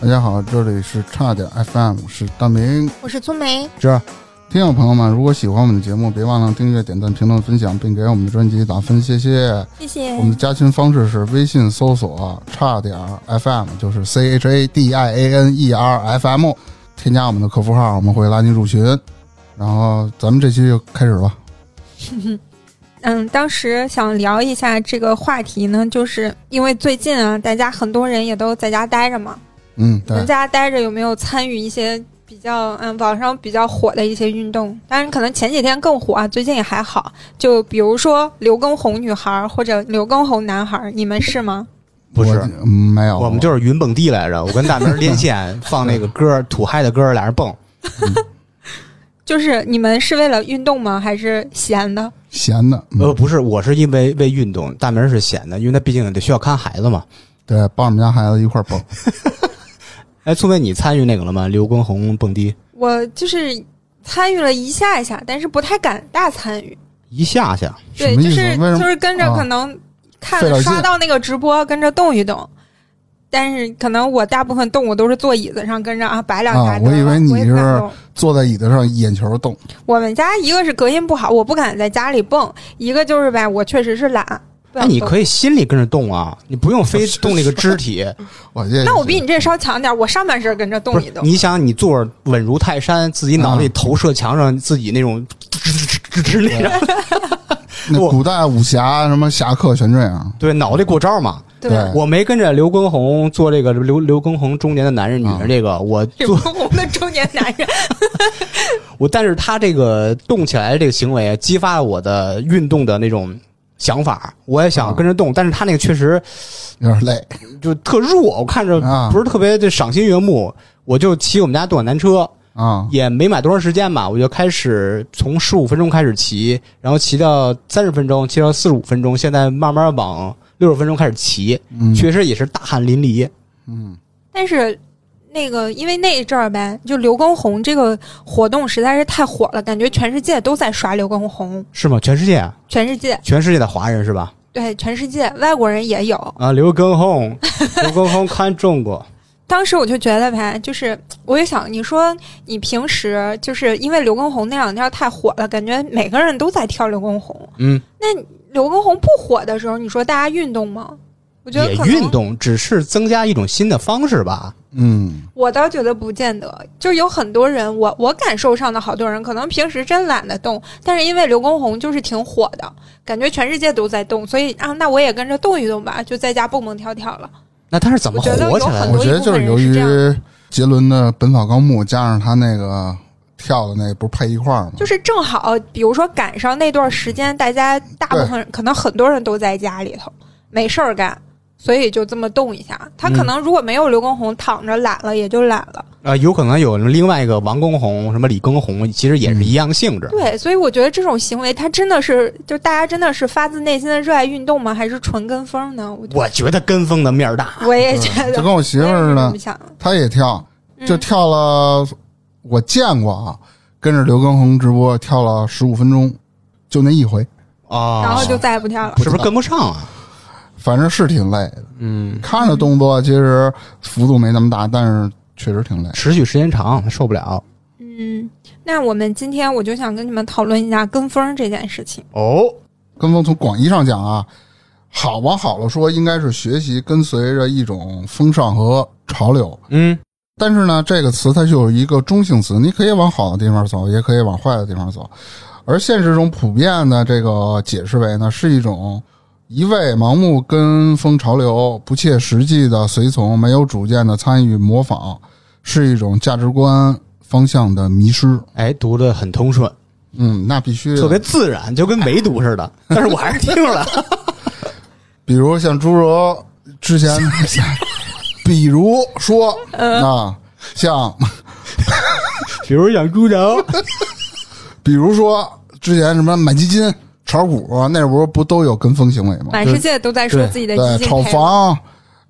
大家好，这里是差点 FM，是大明。我是聪梅，这听友朋友们，如果喜欢我们的节目，别忘了订阅、点赞、评论、分享，并给我们的专辑打分，谢谢。谢谢我们的加群方式是微信搜索“差点儿 FM”，就是 C H A D I A N E R F M，添加我们的客服号，我们会拉您入群。然后咱们这期就开始吧。嗯，当时想聊一下这个话题呢，就是因为最近啊，大家很多人也都在家待着嘛，嗯，你对们，在家待着有没有参与一些比较嗯网上比较火的一些运动？当然，可能前几天更火啊，最近也还好。就比如说刘畊宏女孩儿或者刘畊宏男孩儿，你们是吗？不是哦我嗯没有，我们就是云蹦迪来着。我跟大明连 线放那个歌，土嗨的歌，俩人蹦。就是你们是为了运动吗？还是闲的？闲的，嗯哦呃，不是，我是因为为运动，大明是闲的，因为他毕竟得需要看孩子嘛。对，帮我们家孩子一块儿 蹦。哎，聪妹，你参与那个了吗？刘畊宏蹦迪我就是参与了一下一下，但是不太敢大参与。一下下，对，什么就意思是为什么就是跟着啊可能看费点刷劲到那个直播，跟着动一动。但是可能我大部分动我都是坐椅子上跟着啊摆两下啊得了。我以为你我也不敢是动坐在椅子上眼球动，我们家一个是隔音不好，我不敢在家里蹦；一个就是吧，我确实是懒。不哎，想你动可以心里跟着动啊，你不用非动那个肢体。我这那我比你这稍强点，我上半身跟着 不动一是，动。你想你坐着稳如泰山，自己脑袋里投射墙上，自己那种吱吱吱吱那种，那我古代武侠什么侠客全这样， 对，嗯脑袋过招嘛。对对我没跟着刘畊宏做这个刘刘畊宏中年的男人女人这个，我是做不我们的中年男人，我，但是他这个动起来的这个行为，啊激发了我的运动的那种想法，我也啊想跟着动，但是他那个确实有点累。就特弱，我看着啊不是特别的赏心悦目。我就骑我们家共享单车，啊，也没买多长时间吧，我就开始从十五分钟开始骑，然后骑到三十分钟，骑到四十五分钟，现在慢慢往六十分钟开始骑，嗯确实也是大汗淋漓。嗯，但是。那个，因为那一阵儿呗，就刘畊宏这个活动实在是太火了，感觉全世界都在刷刘畊宏，是吗？全世界啊，全世界全世界的华人是吧？对，全世界外国人也有。啊，刘畊宏，刘畊宏看中国，当时我就觉得呗，就是我也想，你说你平时就是因为刘畊宏那两天太火了，感觉每个人都在跳刘畊宏。嗯，刘畊宏不火的时候，你说大家运动吗？我觉得也可能运，动，只是增加一种新的方式吧。嗯，我倒觉得不见得。就是有很多人，我我感受上的好多人，可能平时真懒得动，但是因为刘畊宏就是挺火的，感觉全世界都在动，所以啊，那我也跟着动一动吧，就在家蹦蹦跳跳了。那他是怎么我觉得火起来有的很？我觉得就是由于杰伦的《本草纲目》加上他那个跳的那不是配一块儿吗？就是正好，比如说赶上那段时间，大家大部分可能很多人都在家里头没事儿干，所以就这么动一下。他嗯可能如果没有刘畊宏躺着懒了，也就懒了。啊、有可能有另外一个王畊宏，什么李畊宏，其实也是一样性质。对，所以我觉得这种行为，他真的是，就大家真的是发自内心的热爱运动吗？还是纯跟风呢？我觉我觉得跟风的面儿大。得我也觉嗯就得，跟我媳妇儿似的我也是这么，想的她也跳，就嗯跳了，我见过啊，跟着刘畊宏直播跳了十五分钟，就那一回，哦，嗯然后就再也不跳了。是不是跟不上啊？反正是挺累的。嗯，看着动作其实幅度没那么大，但是确实挺累。持续时间长受不了。嗯，那我们今天我就想跟你们讨论一下跟风这件事情。哦，跟风从广义上讲啊，好往好了说，应该是学习跟随着一种风尚和潮流。嗯，但是呢，这个词它就有一个中性词，你可以往好的地方走，也可以往坏的地方走。而现实中普遍的这个解释为呢，是一种一味盲目跟风潮流、不切实际的随从、没有主见的参与模仿，是一种价值观方向的迷失。哎，读的很通顺，嗯，那必须的特别自然，就跟没读似 的。但是我还是听着了。比如像侏儒之 前，比如说呃嗯啊，像 比如养猪牛，比如说之前什么买基金、炒股，那不是不都有跟风行为吗？满世界都在说自己的对，基金炒配房，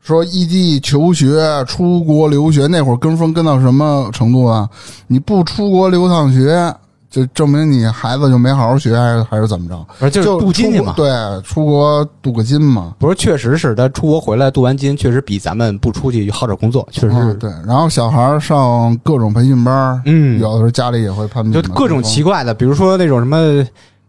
说异地求学、出国留学，那会儿跟风跟到什么程度啊？你不出国留趟学，就证明你孩子就没好好学，还是还是怎么着？而就是镀金去出嘛。对，出国镀个金嘛。不是，确实是他出国回来镀完金，确实比咱们不出去好找工作，确实嗯，是。对。然后小孩儿上各种培训班儿，嗯，有的时候家里也会攀比就嘛，各种奇怪的，比如说那种什么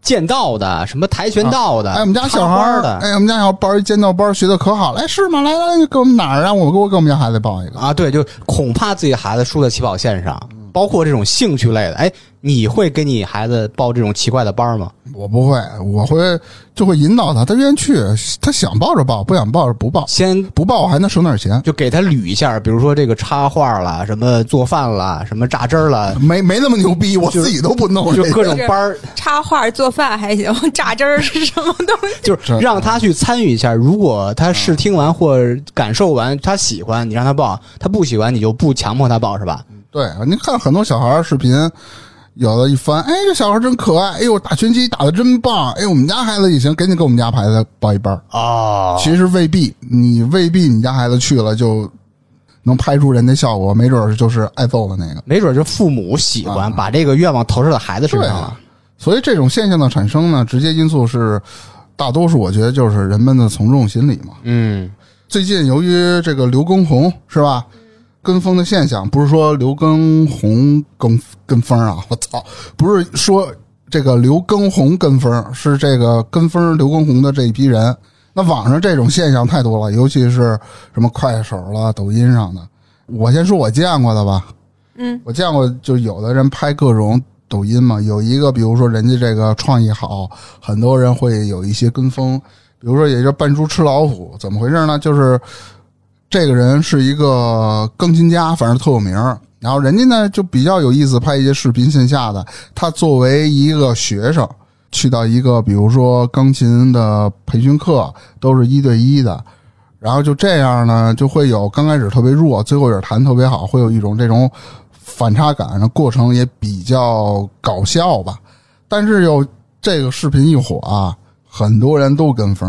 剑道的，什么跆拳道的，哎，我们家小孩插儿花，的哎，我们家小孩儿报一剑道班儿，学的可好了。哎，是吗？来来，给我们哪儿啊？我给我给我们家孩子报一个。啊，对，就恐怕自己孩子输在起跑线上，嗯包括这种兴趣类的。哎，你会给你孩子报这种奇怪的班吗？我不会，我会就会引导他，他愿意去，他想报就报，不想报就不报，先不报我还能省点钱。就给他捋一下，比如说这个插画啦，什么做饭啦，什么榨汁儿啦，没没那么牛逼， 我自己都不弄就这个。各种班 儿，插画、做饭还行， 榨汁儿是什么东西？就是让他去参与一下。如果他嗯试听完或感受完，他喜欢你让他报，他不喜欢你就不强迫他报，是吧？对，您看很多小孩儿视频，有的一翻，哎，这小孩儿真可爱，哎呦，打拳击打的真棒，哎，我们家孩子也行，赶紧给我们家孩子报一班儿。哦，其实未必，你未必你家孩子去了就能拍出人家效果，没准儿就是挨揍的那个。没准儿就父母喜啊欢，把这个愿望投射到孩子身上了。所以这种现象的产生呢，直接因素是大多数，我觉得就是人们的从众心理嘛。嗯，最近由于这个刘畊宏是吧，跟风的现象，不是说刘畊宏跟跟风啊，我操，不是说这个刘畊宏跟风，是这个跟风刘畊宏的这一批人。那网上这种现象太多了，尤其是什么快手啦、抖音上的。我先说我见过的吧，嗯，我见过，就有的人拍各种抖音嘛，有一个比如说人家这个创意好，很多人会有一些跟风，比如说也就扮猪吃老虎，怎么回事呢？就是这个人是一个钢琴家，反正特有名儿。然后人家呢就比较有意思，拍一些视频线下的。他作为一个学生，去到一个比如说钢琴的培训课，都是一对一的。然后就这样呢，就会有刚开始特别弱，最后也是弹特别好，会有一种这种反差感，然后过程也比较搞笑吧。但是又这个视频一火啊，很多人都跟风，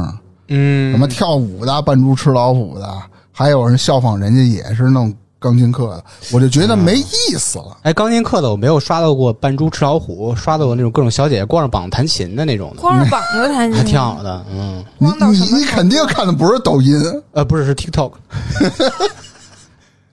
嗯什么跳舞的、扮猪吃老虎的，还有人效仿人家也是弄钢琴课的，我就觉得没意思了。哎，钢琴课的我没有刷到过扮猪吃老虎，刷到过那种各种小姐姐光着膀子弹琴的那种 的，光着膀子弹还琴，挺好的。嗯，你光到你什么你程肯定看的不是抖音。呃，不是是 TikTok，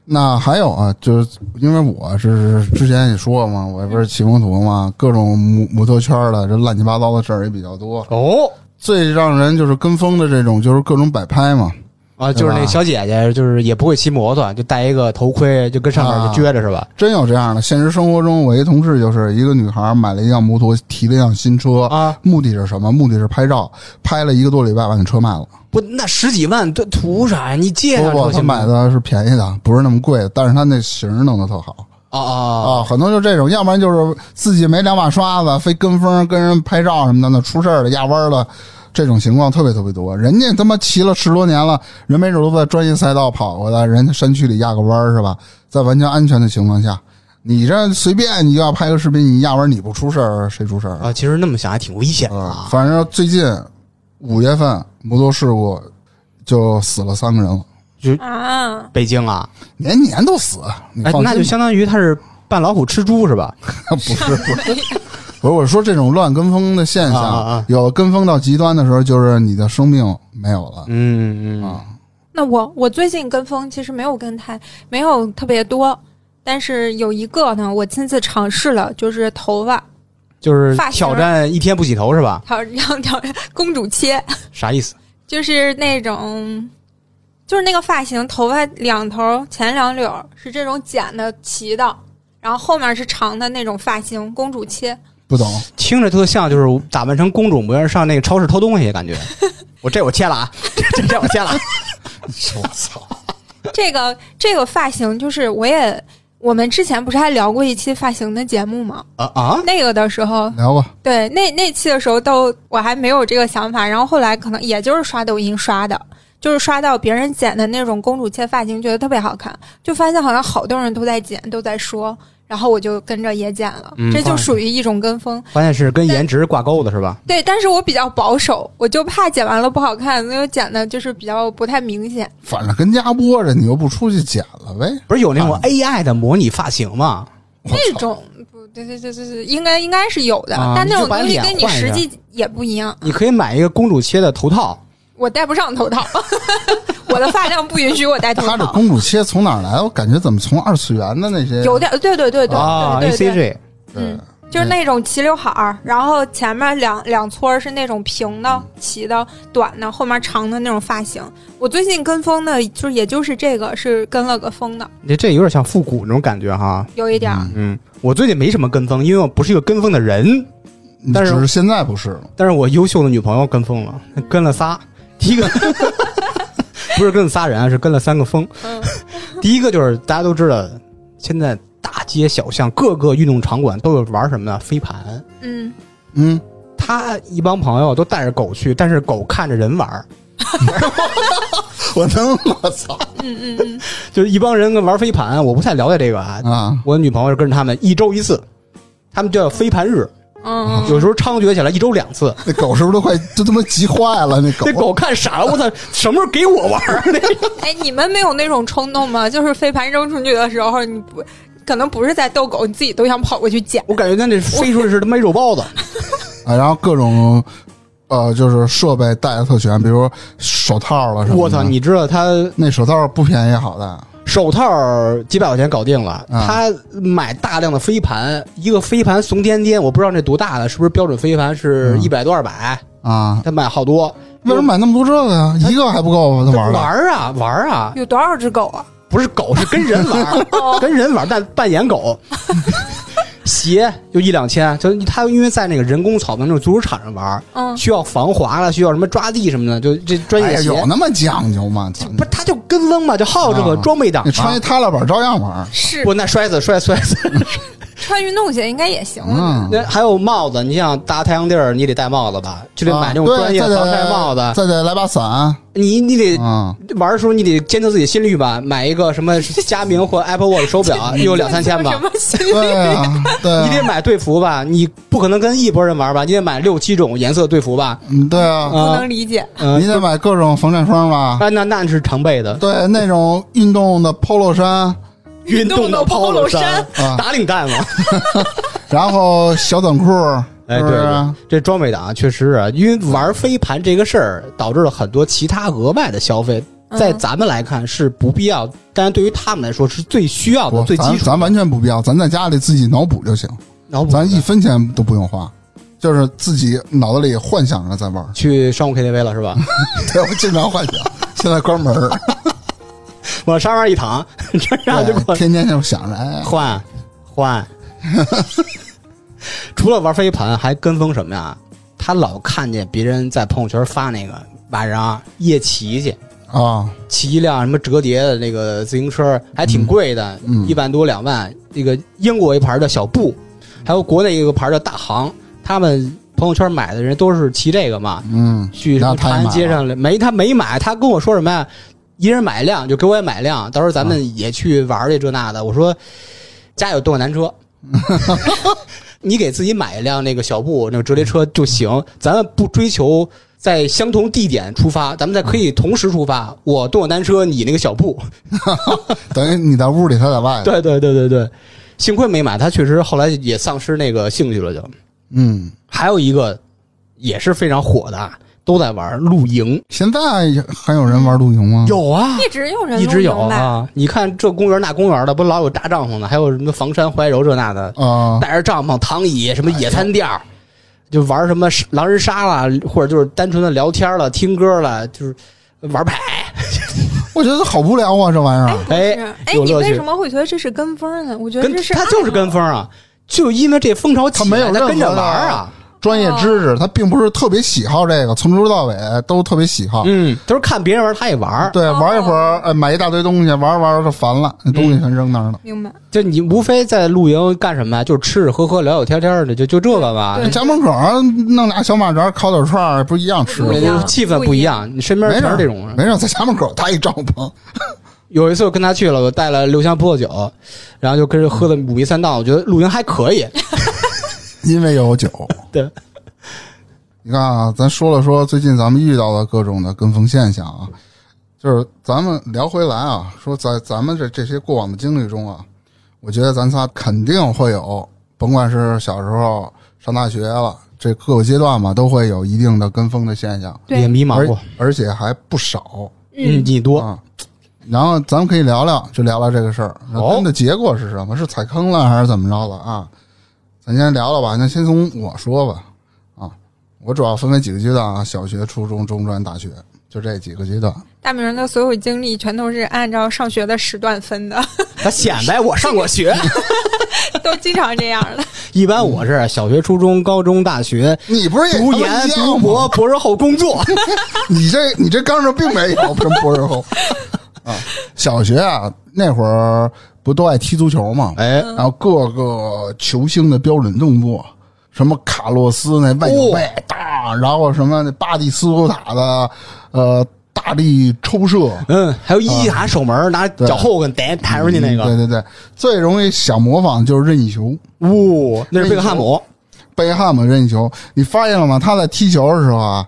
那还有啊，就是因为我是之前也说过嘛，我不是骑摩托嘛，各种摩摩托圈的这乱七八糟的事儿也比较多。哦最让人就是跟风的这种，就是各种摆拍嘛。啊，就是那小姐姐，就是也不会骑摩托，就戴一个头盔，就跟上面就撅着是吧？真有这样的，现实生活中，我一同事就是一个女孩买了一辆摩托，提了一辆新车，啊，目的是什么？目的是拍照，拍了一个多礼拜，把那车卖了。不，那十几万这图啥呀？你借不上不，车他去买的是便宜的，不是那么贵的，但是他那型儿弄得特好啊啊啊。很多就这种，要不然就是自己没两把刷子，非跟风跟人拍照什么的，那出事儿了压弯儿了，这种情况特别特别多。人家他妈骑了十多年了，人没准都在专业赛道跑过来，人家山区里压个弯儿是吧？在完全安全的情况下，你这随便你要拍个视频，你压弯儿你不出事儿，谁出事儿啊？啊！其实那么想还挺危险的啊，啊。反正最近五月份摩托事故就死了三个人了，啊！北京啊，年年都死，你哎放，心吧那就相当于他是扮老虎吃猪是吧？ 不是不是，不是我说这种乱跟风的现象，啊啊啊有跟风到极端的时候，就是你的生命没有了。嗯嗯，那我我最近跟风其实没有跟太没有特别多，但是有一个呢，我亲自尝试了，就是头发，就是发型啊挑战一天不洗头是吧？挑挑挑 公主切，啥意思？就是那种，就是那个发型，头发两头前两绺儿是这种剪的齐的，然后后面是长的那种发型，公主切。不懂，听着特像，就是打扮成公主模样上那个超市偷东西的 感觉。我这我切了啊，这这我切了啊。我操！这个这个发型就是我也。我们之前不是还聊过一期发型的节目吗？ 啊啊！那个的时候，聊吧，对，那那期的时候都我还没有这个想法，然后后来可能也就是刷抖音刷的，就是刷到别人剪的那种公主切发型，觉得特别好看，就发现好像好多人都在剪，都在说，然后我就跟着也剪了，嗯这就属于一种跟风。发现是跟颜值挂钩的是吧？对，但是我比较保守，我就怕剪完了不好看，所以我剪的就是比较不太明显。反正跟家窝着，你又不出去捡了呗。不是有那种啊 AI 的模拟发型吗？我那操！种不对对对对对，应该应该是有的，啊但那你就种把东西脸跟你换一实下际也不一样。你可以买一个公主切的头套，我戴不上头套， 我的发量不允许我戴头他这套，公主切从哪儿来？我感觉怎么从二次元的那些有点对对对对啊对对，A 对 C G，对嗯就是那种齐刘海儿，然后前面两两撮儿是那种平嗯的、齐的、短的，后面长的那种发型。我最近跟风的，就是也就是这个是跟了个风的，你这有点像复古那种感觉哈。有一点儿。嗯嗯，我最近没什么跟风，因为我不是一个跟风的人，但是嗯只是现在不是了。但是我优秀的女朋友跟风了，跟了仨，第 一个 不是跟了仨人啊，是跟了三个风。嗯， 第一个就是大家都知道，现在大街小巷各个运动场馆都有玩什么呢？飞盘。嗯，嗯，他一帮朋友都带着狗去，但是狗看着人玩儿，我能，我操嗯嗯嗯，就是一帮人玩飞盘。我不太了解这个啊，啊！我女朋友是跟着他们一周一次，他们叫飞盘日， 嗯，有时候猖獗起来一周两次。 那狗是不是都快都他妈急坏了？那狗那狗看傻了，我操，什么时候给我玩儿？ 哎，你们没有那种冲动吗？就是飞盘扔出去的时候，你不可能不是在逗狗，你自己都想跑过去捡。我感觉那得飞出去是他妈一肉 包子。啊，然后各种呃，就是设备带的特全，比如手套了什么的。我操，你知道他那手套不便宜，好的，手套几百块钱搞定了，啊他买大量的飞盘，一个飞盘怂颠颠，我不知道那多大的，是不是标准飞盘是嗯一百多二百？啊，他买好多，为什么买那么多这个呀？一个还不够他他玩玩的儿啊玩儿啊，有多少只狗啊？不是狗是跟人玩儿， 哦，跟人玩儿，但扮演狗。 鞋就一两千，就他因为在那个人工草坪那种足球场上玩儿，嗯，需要防滑了，需要什么抓地什么的，就这专哎业呀，鞋。有那么讲究吗？操不，啊他就跟风嘛，就好这个啊装备党嘛。你穿一踏拉板照样 玩。是不，那摔死摔死摔死。穿运动鞋应该也行。嗯，那还有帽子，你想大太阳地儿，你得戴帽子吧？就得买那种啊对专业再得防晒帽子。再得来把伞你你得啊！玩的时候，你得监测自己心率吧？买一个什么佳明或 Apple Watch 手表，啊又有两三千什吧？么心理对啊，对 你得啊，买队服吧？你不可能跟一波人玩吧？你得买六七种颜色的队服吧？嗯，对啊，不啊能理解。嗯你，得买各种防晒霜吧？啊，那那是常备的。对，那种运动的 polo 衫运动动的的 polo polo 衫衫， 啊，打领带嘛。然后小短裤，哎，是啊对不是？对，这装备党确实啊，因为玩飞盘这个事儿，导致了很多其他额外的消费，嗯在咱们来看是不必要，但是对于他们来说是最需要的、不，最基咱础的咱完全不必要，咱在家里自己脑补就行，脑补的。。咱一分钱都不用花，就是自己脑子里幻想着在玩儿 去上午 KTV 了 是吧？对，我经常幻想，现在关门 儿，往沙发一躺，这样就过对来天天就想着，哎，换换。 除了玩飞盘，还跟风什么呀？他老看见别人在朋友圈发那个晚上夜骑去，啊，骑一辆什么折叠的那个自行车，还挺贵的，嗯嗯一万多两万。那个英国一牌叫小布，还有国内一个牌叫大行，他们朋友圈买的人都是骑这个嘛，嗯，去什然么后他长也安买街了上来没他没买，他跟我说什么呀？一人买一辆，就给我也买一辆，到时候咱们也去玩这这那的。我说家有动感单车，你给自己买一辆那个小布那个折叠车就行，咱们不追求。在相同地点出发，咱们再可以同时出发。我动感单车，你那个小布。等于你在屋里，他在外头，对对对对对，幸亏没买，他确实后来也丧失那个兴趣了就。嗯，还有一个也是非常火的，啊都在玩露营。现在还有人玩露营吗？有啊，一直有人一直有弄明白，啊！你看这公园那公园的，不老有大帐篷的，还有什么房山、怀柔这那的，啊，哎带着帐篷、躺椅，什么野餐垫儿，就玩什么狼人杀啦，或者就是单纯的聊天了、听歌了，就是玩牌。我觉得好无聊啊，这玩意哎儿，不哎是，哎，有你乐趣为什么会觉得这是跟风呢？我觉得跟这是他就是跟风啊，就因为这风潮起他没有来，他任跟着何的玩啊。专业知识，他并不是特别喜好这个，从头到尾都特别喜好。嗯，都是看别人玩，他也玩。对，玩一会儿，呃，买一大堆东西，玩着玩着就烦了，那东西全扔那儿了。明白，就你无非在露营干什么呀？就是吃吃喝喝、聊聊天天的，就就这个吧对。家门口儿弄俩小马扎烤点串儿，不一样吃不吗一？样气氛不一一样，你身边没事全儿是这种人。啊没事儿，在家门口搭一帐篷，有一次我跟他去了，我带了六箱葡萄酒，然后就跟着喝的五迷三道，我觉得露营还可以。因为有酒。对，你看啊，咱说了说最近咱们遇到的各种的跟风现象啊，就是咱们聊回来啊，说在咱们这这些过往的经历中啊，我觉得咱仨肯定会有甭管是小时候上大学了，这各个阶段吧，都会有一定的跟风的现象，对也迷茫而过，而且还不少嗯，嗯，你多啊。然后咱们可以聊聊，就聊聊这个事儿，那哦真的结果是什么？是踩坑了还是怎么着了啊？咱先聊聊吧，那先从我说吧，啊，我主要分为几个阶段啊，小学、初中、中专、大学，就这几个阶段。大明的所有经历全都是按照上学的时段分的， 他显摆我上过学。都经常这样的。 一般我是小学、初中、高中、大学，你不是也读跟我研、一样啊读吗博、博士后工作。你这你这刚上并没有什么博士后啊。小学啊那会儿不都爱踢足球吗？哎，然后各个球星的标准动作，什么卡洛斯那外脚背大，然后什么那巴蒂斯图塔的呃大力抽射，嗯，还有伊卡守门，拿脚后跟逮弹出去那对个，嗯对对，最容易想模仿就是任意球。呜，那是贝克汉姆。贝克汉姆任意球，你发现了吗？他在踢球的时候啊，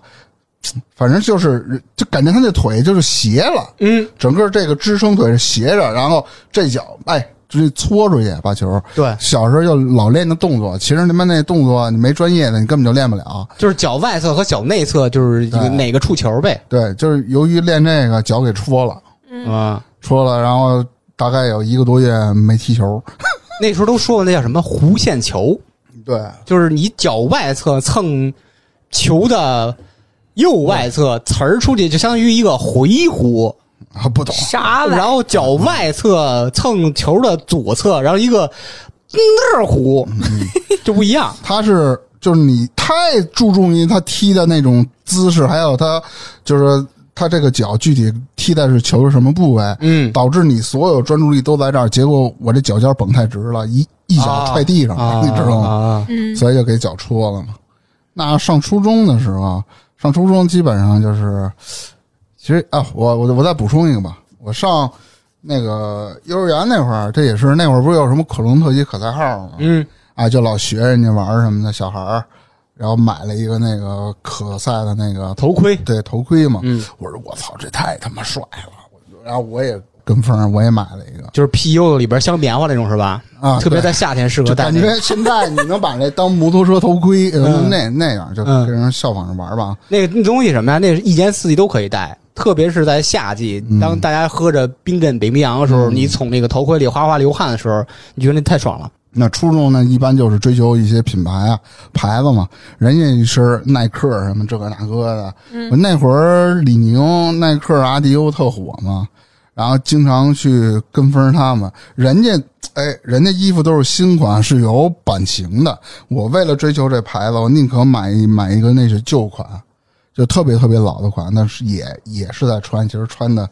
反正就是就感觉他那腿就是斜了，嗯，整个这个支撑腿是斜着，然后这脚哎直接搓出去把球。对，小时候就老练那动作，其实他妈那动作你没专业的你根本就练不了。就是脚外侧和脚内侧，就是一个对哪个触球呗。对，就是由于练这个脚给戳了，嗯，嗯，戳了，然后大概有一个多月没踢球。那时候都说过那叫什么弧线球，对，就是你脚外侧蹭球的右外侧，词儿出去就相当于一个回弧，啊不懂，啥玩意然儿？后脚外侧蹭球的左侧，然后一个嗯那儿弧，嗯就不一样。他是就是你太注重于他踢的那种姿势，还有他就是他这个脚具体踢的是球是什么部位，嗯，导致你所有专注力都在这儿，结果我这脚尖儿绷太直了，一一脚踹地上了，啊你知道吗？吗？嗯，所以就给脚戳了嘛。那上初中的时候，上初中基本上就是，其实啊，我我我再补充一个吧，我上那个幼儿园那会儿，这也是那会儿不是有什么可龙特级可赛号吗？嗯，啊，就老学人家玩儿什么的小孩儿，然后买了一个那个可赛的那个头盔。对头盔嘛，嗯，我说我操，这太他妈帅了！我就然后我也跟风儿，我也买了一个就是 PU 里边镶棉花那种是吧？啊，特别对在夏天适合就戴感那个。觉现在你能把这当摩托车头 盔，呃嗯那那样就嗯跟人效仿着玩儿吧。那个那东西什么呀？那是一年四季都可以戴，特别是在夏季，当大家喝着冰镇北冰洋的时候，你从那个头盔里哗哗流汗的时候，你觉得那太爽了。那初中呢，一般就是追求一些品牌啊、牌子嘛，人家一身耐克什么这个那个的。我那会儿李宁、耐克、阿迪欧特火嘛，然后经常去跟风他们。人家哎，人家衣服都是新款，是有版型的。我为了追求这牌子，我宁可买一买一个那是旧款，就特别特别老的款，但是也也是在穿，其实穿的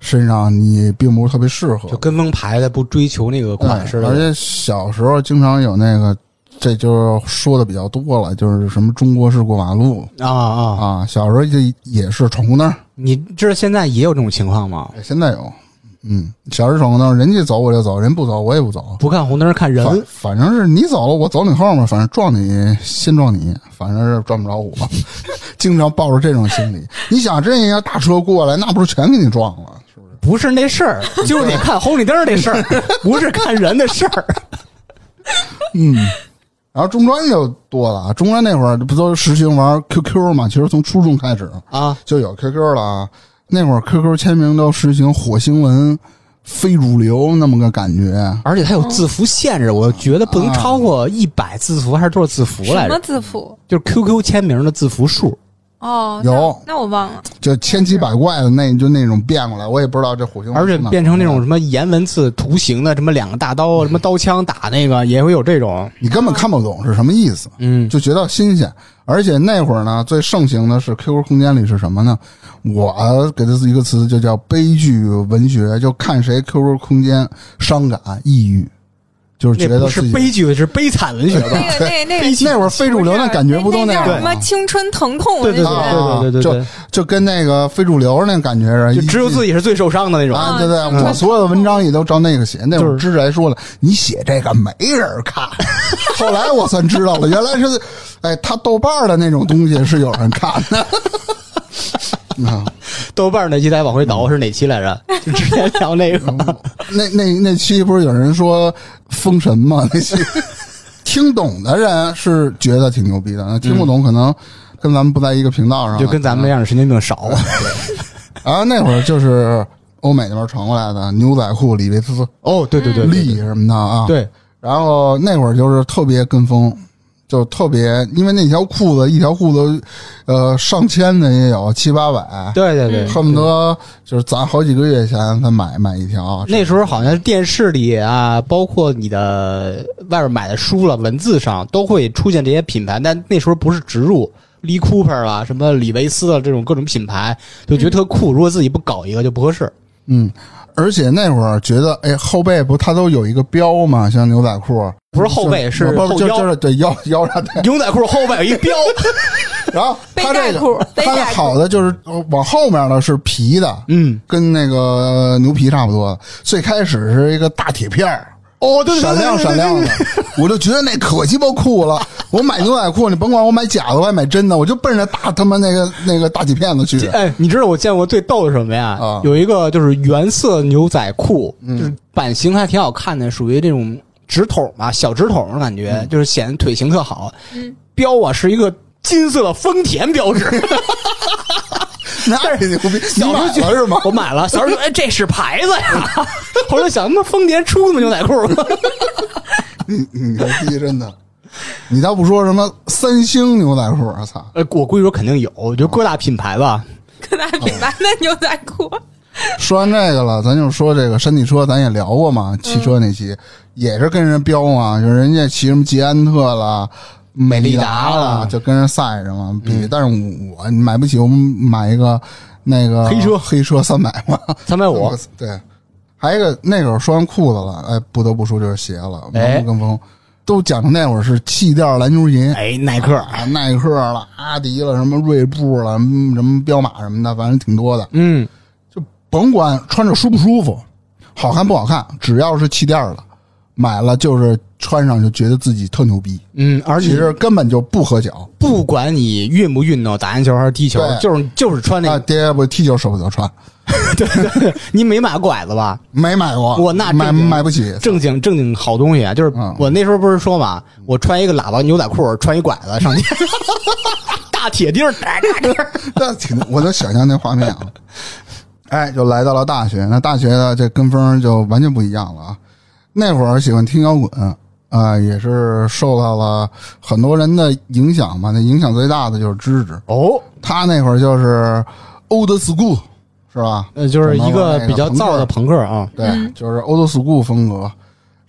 身上你并不是特别适合就。跟风牌的不追求那个对，款式哎而的，且小时候经常有那个，这就是说的比较多了，就是什么中国式过马路啊啊！啊，小时候就也是闯红灯儿，你知道现在也有这种情况吗？哎现在有，嗯，小时候闯红灯儿，人家走我就走，人不走我也不走。不看红灯看人，反反正是你走了，我走你后面，反正撞你先撞你，反正是撞不着我。 经常抱着这种心理，你想真要大车过来，那不是全给你撞了？不是那事 儿，就是你看红绿灯那事 儿，不是看人的事儿。然后中专就多了啊，中专那会儿不都实行玩 QQ 嘛？其实从初中开始， 啊，就有 QQ 了啊。那会儿 QQ 签名都实行火星文、非主流那么个感觉，而且它有字符限制，我觉得不能超过一百字符还是多少字符来什么着？字符？就是 QQ 签名的字符数。哦，有那那我忘 了。就千奇百怪的那就那种变过来，我也不知道这火星文而且从哪变成那来种的什么颜文字图形的，什么两个大刀，什么刀枪打那个，也会有这种。你根本看不懂是什么意思，嗯，就觉得新鲜。而且那会儿呢，最盛行的是 QQ 空间里是什么呢？我给它一个词就叫悲剧文学，就看谁 QQ 空间伤感抑郁，就是觉那得不是自己悲剧，是悲惨文学吧？那个那那个那会儿非主流那感觉不都那样叫什吗么？青春疼痛？对我就对觉得啊对对对对对就跟那个非主流那感觉似的，对，就只有一自己是最受伤的那种。啊，嗯对对，嗯我所有的文章也都照那个写。那会就儿是知识还说了，你写这个没人看。后来我算知道了，原来是，哎，他豆瓣儿的那种东西是有人看的。啊，豆瓣那期咱往回倒是哪期来着？就之前聊那个。 那那那期不是有人说封神吗？那期听懂的人是觉得挺牛逼的，那听不懂可能跟咱们不在一个频道上，嗯就跟咱们这样的神经病少。啊，那会儿就是欧美那边传过来的牛仔裤、李维斯、哦，对对对，利什么的啊。， 对，然后那会儿就是特别跟风，就特别因为那条裤子一条裤子，呃，上千的也有，七八百，对对对，恨不得就是攒好几个月钱才买买一条。那时候好像电视里啊，包括你的外边买的书了，文字上都会出现这些品牌，但那时候不是植入。Lee Cooper 啊，什么李维斯啊，这种各种品牌，就觉得特酷。如果自己不搞一个就不合适。嗯，而且那会儿觉得，哎，后背不它都有一个标嘛，像牛仔裤不是后背是不后就腰就是对腰 腰上对，牛仔裤后背有一 标，然后背它这带个裤，背它的带好裤，的就是呃往后面的是皮的，嗯，跟那个牛皮差不多。最开始是一个大铁片儿，哦，对对对，闪亮对 闪，亮的，我就觉得那可鸡巴酷了。我买牛仔裤，你甭管我买假的，我还买真的，我就奔着大他妈那个那个大铁片子去对对。哎，你知道我见过最逗的是什么呀？啊嗯有一个就是原色牛仔裤，就是版型还挺好看的，属于这种直筒嘛，小直筒的感觉，嗯就是显得腿型特好。嗯，标啊是一个金色的丰田 标志，那也牛逼，你买觉了是吗？我买了，小 时候觉得哎这是牌子呀， 后来想他妈丰田出他妈牛仔裤 吗？你你牛逼，真的。你倒不说什么三星牛仔裤，我操！呃，我估计说肯定有，我觉得各大品牌吧，各大品牌的牛仔裤，说完这个了，咱就说这个山地车，咱也聊过嘛，汽车那嗯期、也是跟人飙嘛，就是人家骑什么捷安特啦、美利达美利达嗯啦，啦就跟人赛着嘛比。但是我买不起，我们买一个那个黑车黑车三百嘛，三百五。嗯对，还有一个那会儿说完裤子了，哎，不得不说就是鞋了，盲哎目跟风，都讲究那会儿是气垫篮球鞋。哎，耐克，啊，耐克了、阿迪了、什么锐步了、嗯什么彪马什么的，反正挺多的。嗯，甭管穿着舒不舒服，好看不好看，只要是气垫儿的，买了就是穿上就觉得自己特牛逼，嗯，而其且实根本就不合脚不管你运不运动，打篮球还是踢球，对就是就是穿那啊！个，爹不踢球手不脚穿，你没买拐子吧？没买过，我那买正经买不起。正经正经好东西啊！就是嗯我那时候不是说嘛，我穿一个喇叭牛仔裤，穿一拐子上街， 大铁钉儿， 大个儿那挺，我能想象那画面啊。哎，就来到了大学，那大学的这跟风就完全不一样了啊。那会儿喜欢听摇滚啊、也是受到了很多人的影响嘛。那影响最大的就是芝芝，哦，他那会儿就是 old school 是吧？呃，就是一个比较燥的朋克啊，对，就是 old school 风格，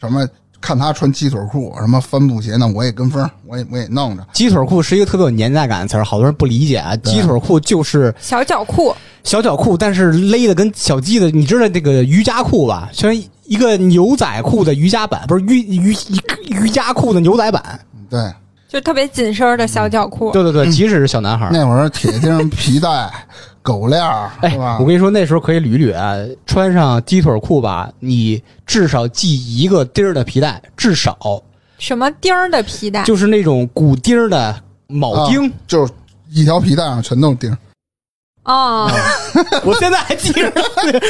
什么看他穿鸡腿裤，什么帆布鞋，那我也跟风，我也我也弄着。鸡腿裤是一个特别有年代感的词儿，好多人不理解啊。鸡腿裤就是小脚裤，小脚裤，但是勒的跟小鸡的，你知道这个瑜伽裤吧？虽然一个牛仔裤的瑜伽版，不是瑜瑜瑜伽裤的牛仔版，对，就特别紧身儿的小脚裤。对对对，即使是小男孩儿。那会儿铁钉、皮带、狗链儿，哎是吧？，我跟你说，那时候可以捋捋啊，穿上鸡腿裤吧，你至少系一个钉儿的皮带，至少什么钉儿的皮带，就是那种骨钉儿的铆钉。啊就是一条皮带上全都是钉儿。啊， 我现在还记着，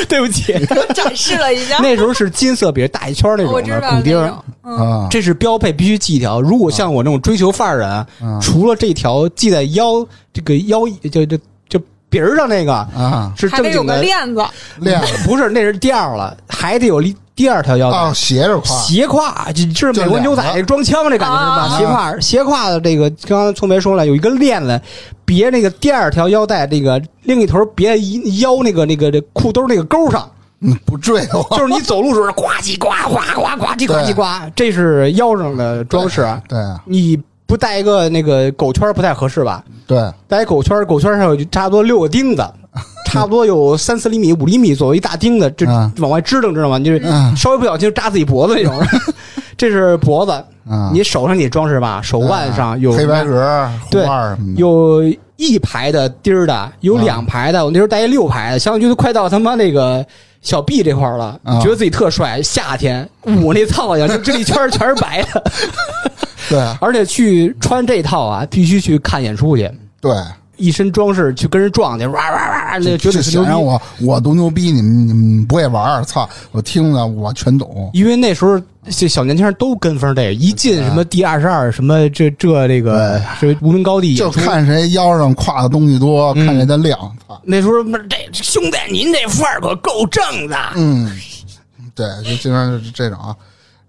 对不 起，展示了一下，那时候是金色，比如大一圈儿那我种知的道骨钉儿那。种，嗯，啊，这是标配，必须系一条。如果像我这种追求范儿啊人，嗯除了这条系在腰这个腰就就就鼻儿上那个啊，是还正得有经个的，链子，链子 不是那是第二了，还得有一第二条腰带。啊，斜着挎，斜挎，就就是美国牛就两仔装枪这感觉是吧？啊斜挎，斜挎的这个，刚刚聪梅说了，有一个链子别那个第二条腰带，这个另一头别一腰那个那个这裤兜那个钩上，嗯不坠我。就是你走路时候呱唧呱呱呱呱唧呱唧呱，这是腰上的装饰。对你不带一个那个狗圈不太合适吧？对，带一狗圈，狗圈上有差不多六个钉子，差不多有三四厘米、五厘米左右一大钉子，就嗯往外支棱，知道吗？就是嗯稍微不小心就扎自己脖子 那种。这是脖子，啊，你手上你装饰吧，手腕上有黑白格、嗯护腕儿什么的，有一排的钉儿的，有啊两排的，我那时候带一六排的，相当于都快到他妈那个小臂这块儿了，啊觉得自己特帅。夏天捂那操呀，就这一圈儿全是白的， 对啊而且去穿这套啊，必须去看演出去。对，一身装饰去跟人撞去，哇哇哇，那觉就得是想牛逼让。我我多牛逼，你们你们不会玩儿，操！我听了我全懂。因为那时候这小年轻人都跟风这个，一进什么第二十二什么这这这个什么无名高地演就出，看谁腰上挎的东西多，嗯看谁的量。操那时候不是这兄弟您这范儿可够正的，嗯，对，就经常就是这种啊。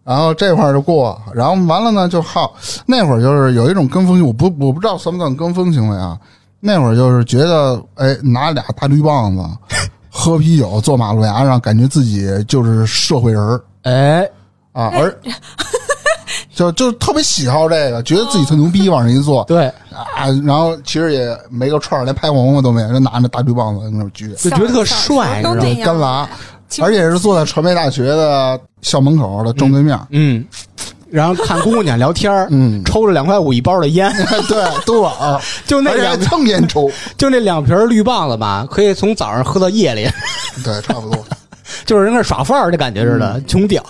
然后这块儿就过，然后完了呢，就好那会儿就是有一种跟风，我不我不知道算不算跟风行为啊。那会儿就是觉得，哎，拿俩大绿棒子喝啤酒，坐马路牙上，感觉自己就是社会人儿哎，啊，而就就特别喜好这个，觉得自己特牛逼，往上一坐哦对，啊，然后其实也没个串儿，连拍黄瓜都没有，就拿着大绿棒子在那儿撅。就觉得特帅，你小时知候道都这吗？样干拉，其实而且是坐在传媒大学的校门口的正对面。嗯，然后看姑娘聊天儿，嗯，抽着两块五一包的 烟，对，都玩儿，就嗯那而且还两蹭烟 抽，就那两瓶绿棒子吧，可以从早上喝到夜里， 对，差不多。就是跟那耍范儿的感觉似嗯的，穷屌。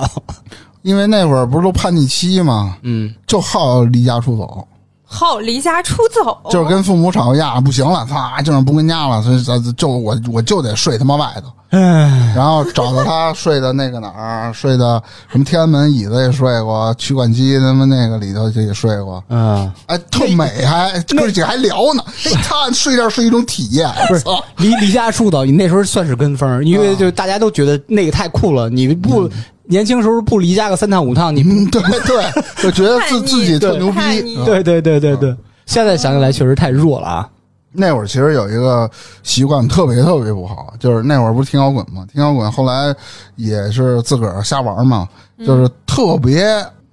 因为那会儿不是都叛逆期嘛，嗯，哦就好离家出走，好离家出走，就是跟父母吵个架，不行了，他就是不跟家了，所以咱就我我就得睡他妈外头，哎，然后找到他睡的那个哪儿，睡的什么天安门椅子也睡过，取款机他妈那个里头就也睡过，嗯，哎，特美还哥几个还聊呢，哎，他睡觉是一种体验， 不是操离离家出走，你那时候算是跟风儿，因为就大家都觉得那个太酷了，你不年轻时候不离家个三趟五趟，你嗯，对 对，我觉得自叛逆自己特对牛叛逆逼。 对对对对对，现在想起来确实太弱了啊。那会儿其实有一个习惯特别特别不好，就是那会儿不是听摇滚嘛，听摇滚后来也是自个儿瞎玩嘛，嗯就是特别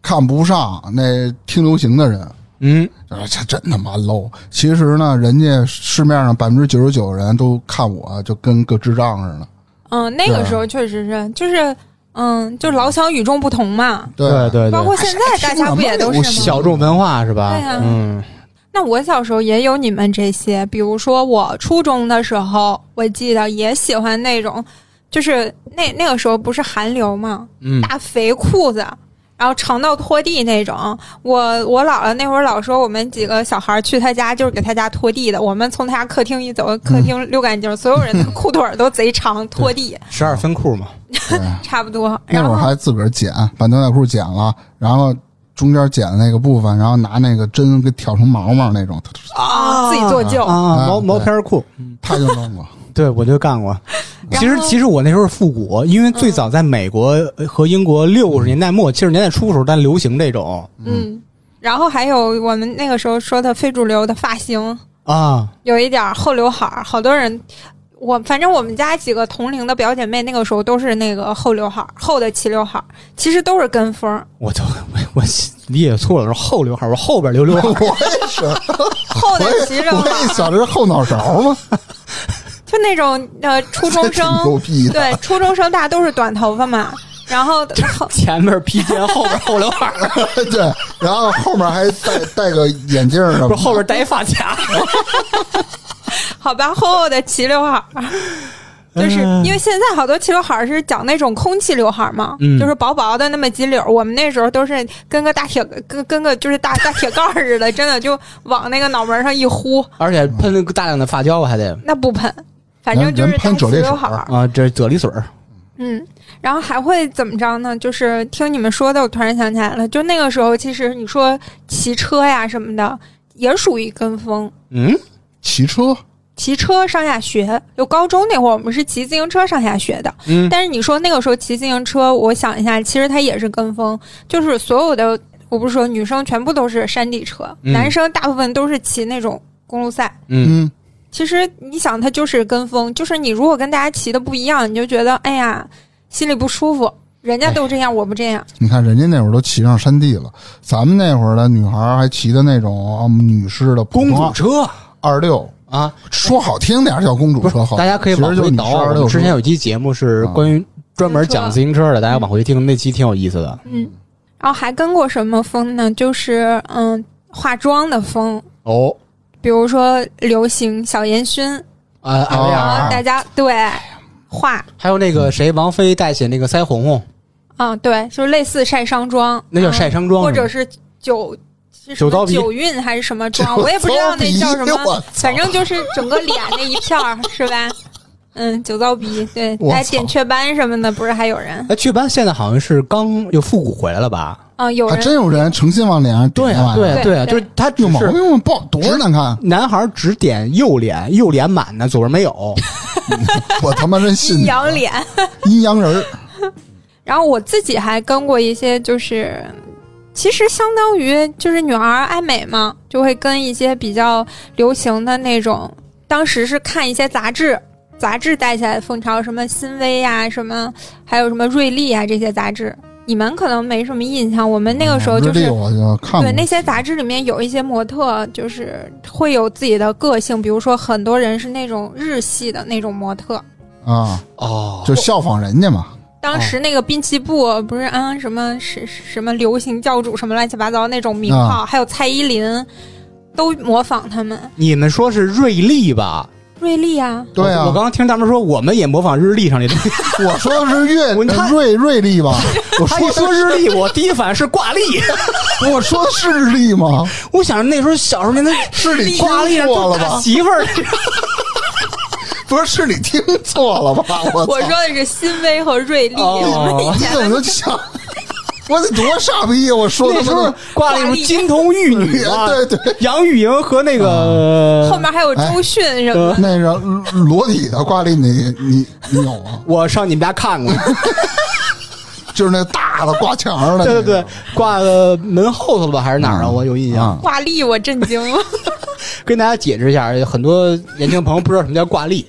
看不上那听流行的人，嗯，啊，这真他妈 low。其实呢，人家市面上百分之九十九的人都看我就跟个智障似的，嗯，那对个时候确实是，就是嗯，就老想与众不同嘛。对对对包括对，现在大家不也都是吗？小众文化是吧？对啊呀嗯那我小时候也有你们这些，比如说我初中的时候，我记得也喜欢那种，就是那那个时候不是韩流嘛，嗯，大肥裤子。然后长到拖地那种，我我姥姥那会儿老说我们几个小孩儿去他家就是给他家拖地的。我们从他家客厅一走，嗯客厅溜干净，所有人的裤腿儿都 贼长，拖地十二分裤嘛，差不多。啊那然会儿后还自个儿剪，把牛仔裤剪了，然后中间剪那个部分，然后拿那个针给挑成毛毛那种，啊自己做旧啊，毛啊毛片儿裤，他就弄过。对我就干过。然其实后嗯其实我那时候是复古，因为最早在美国和英国六十年代末七十年代初的时候，但流行这种嗯，然后还有我们那个时候说的非主流的发型，啊，有一点儿后刘海儿，好多人。我反正我们家几个同龄的表姐妹，那个时候都是那个后刘海儿、后的齐刘海儿，其实都是跟风儿，我就我我理解错了，是后刘海，我后边留刘海 我也是，后的齐刘我海也儿，想着是后脑勺嘛，就那种 呃初中这挺牛生，逼 的。对初中生大家都是短头发嘛，然后 后前面披肩，后边后刘海， 对，然后后面还戴戴个眼镜儿什么不的是后边戴一发卡。好吧后的齐刘海儿， 就是哎因为现在好多齐刘海儿是讲那种空气刘海儿嘛，嗯就是薄薄的那么几绺儿。我们那时候都是跟个大铁跟跟个就是大大铁盖儿似的，真的就往那个脑门上一呼，而且喷了大量的发胶，还得那不喷，反正人就是人喷带啫喱齐刘水海儿儿。啊，这啫喱水儿嗯，然后还会怎么着呢？就是听你们说的，我突然想起来了，就那个时候，其实你说骑车呀什么的，也属于跟风。嗯，骑车，骑车上下学，就高中那会儿，我们是骑自行车上下学的。嗯但是你说那个时候骑自行车，我想一下，其实它也是跟风，就是所有的，我不是说女生全部都是山地车，嗯男生大部分都是骑那种公路赛。嗯嗯，其实你想，它就是跟风，就是你如果跟大家骑的不一样，你就觉得哎呀，心里不舒服。人家都这样，我不这样。你看人家那会儿都骑上山地了，咱们那会儿的女孩儿还骑的那种、啊女士的公主车二六，啊，说好听点儿叫公主不是车好，大家可以其往实就回是女倒。啊士二我们六。啊之前有一期节目是关于专门讲自行车的，大家往回听，那期挺有意思的。嗯，然后还跟过什么风呢？就是嗯，化妆的风，哦，比如说流行小烟熏，呃，艾啊薇嗯然后儿，大家对画，还有那个谁，王菲带起那个腮红红，嗯，对，就是类似晒伤妆，啊那叫晒伤嗯妆，或者是酒是什酒糟么鼻酒运还是什么妆，酒我也不知道那叫什糟鼻我么操，反正就是整个脸那一片儿是吧？嗯，酒糟鼻，对，我还操点雀斑什么的，不是还有人？哎，雀斑现在好像是刚又复古回来了吧？嗯，有还人真有人诚心往脸上对点那玩意儿对对对啊，对就是他只有毛是病吗？不好多难看，啊男孩只点右脸，右脸满的，左边没 有。我他妈真信阴你啊了阳脸。阴阳人儿，然后我自己还跟过一些，就是其实相当于就是女孩儿爱美嘛，就会跟一些比较流行的那种，当时是看一些杂志。杂志带起来的风潮，什么新薇呀、什么还有什么瑞丽啊，这些杂志，你们可能没什么印象。我们嗯那个时候就日历是哎我就看过对那些杂志里面有一些模特，就是会有自己的个性，比如说很多人是那种日系的那种模特，啊，哦就效仿人家嘛，当时那个滨崎步不是啊什么什什么流行教主什么乱七八糟那种名号，还有蔡依林，都模仿他们。你们说是瑞丽吧？瑞丽啊，对啊我我刚刚听他们说，我们也模仿日历上 这东西。我说的是月我他瑞瑞丽吧，我他一说说日历，我第一反应是挂 历。我说的是日历吗？我想着那时候小时候那那是你听挂历上错都了大吧？媳妇儿，不是，是你听错了 吧？我我操说的是新薇和瑞丽。哦你怎么能想？ 我得多傻逼啊！我说那的时 候挂了什么金童玉女 啊，对啊对，杨钰莹和那个后面还有周迅什么的， 那个裸体的挂历，你你你有吗？我上你们家看过，就是那大的挂墙上的，对对对，，挂了门后头了吧，还是哪儿啊？我有印象。啊挂历我震惊了。跟大家解释一下，很多年轻朋友不知道什么叫 挂历。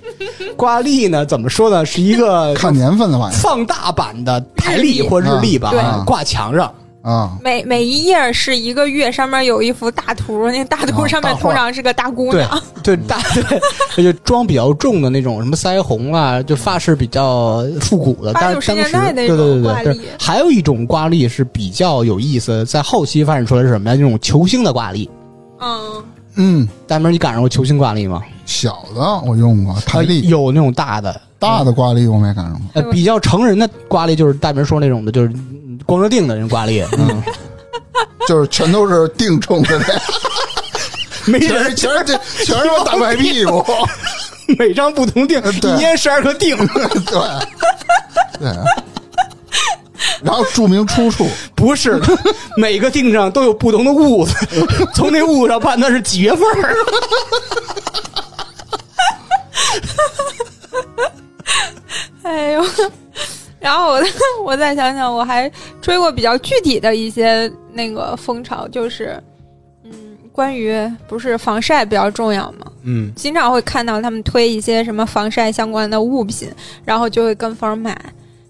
挂历呢，怎么说呢？是一个看年份的玩意放大版的台历或日历吧日历啊，对挂墙上。儿啊。每每一页是一个月，上面有一幅大图，那大图啊上大面画通常是个大姑对娘。对，大对，那就妆比较重的那种，什么腮红啊，就发饰比较复古的。八但九是十当年时，代对那对种对挂对，历但是还有一种挂历是比较有意思，在后期发展出来是什么呀？那种球星的挂历。嗯，嗯，大明，你赶上过球星挂历吗？小的我用过台呃历，有那种大的，大的挂历我没赶上过。呃，比较成人的挂历就是大明说那种的，就是嗯光着腚的人挂历， 嗯，就是全都是定冲的那样，每全是人全是这全是我大白屁股，每张不同腚，对一年十二颗腚， 对对。然后注明出处，不是的，每个腚上都有不同的痦子，从那痦子上判断是几月份儿。 哎呦，然后我 我再想想，我还追过比较具体的一些那个风潮，就是嗯，关于不是防晒比较重要嘛，嗯，经常会看到他们推一些什么防晒相关的物品，然后就会跟风买。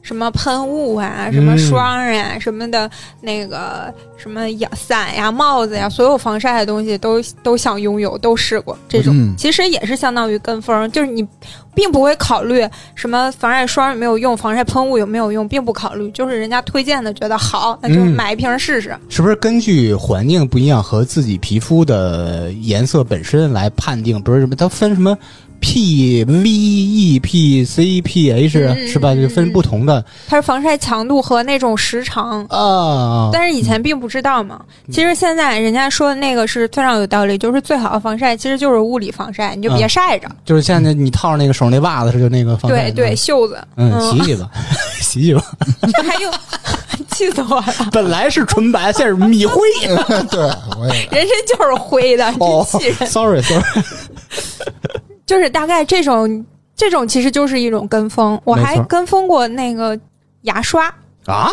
什么喷雾啊，什么嗯霜啊，什么的，那个什么呀伞呀、帽子呀，所有防晒的东西都都想拥有，都试过这种。嗯 其实也是相当于跟风，就是你并不会考虑什么防晒霜有没有用，防晒喷雾有没有用，并不考虑，就是人家推荐的觉得好，那就嗯买一瓶试试。是不是根据环境不一样和自己皮肤的颜色本身来判定？不是什么，它分什么 P V E P C P H、嗯是吧？就分不同的它是防晒强度和那种时长。啊。但是以前并不知道嘛，嗯其实现在人家说的那个是非常有道理，就是最好的防晒其实就是物理防晒，你就别嗯晒着，就是现在你套上那个手那袜子是就那个防对晒的对，，袖子，嗯，洗 洗吧，洗洗吧。这还用， 气死我了，本来是纯白，现在是 米灰。对我也人参就是灰的，真哦气人。 ，sorry，sorry，就是大概这种这种其实就是一种跟风，我还没错跟风过那个牙刷，啊，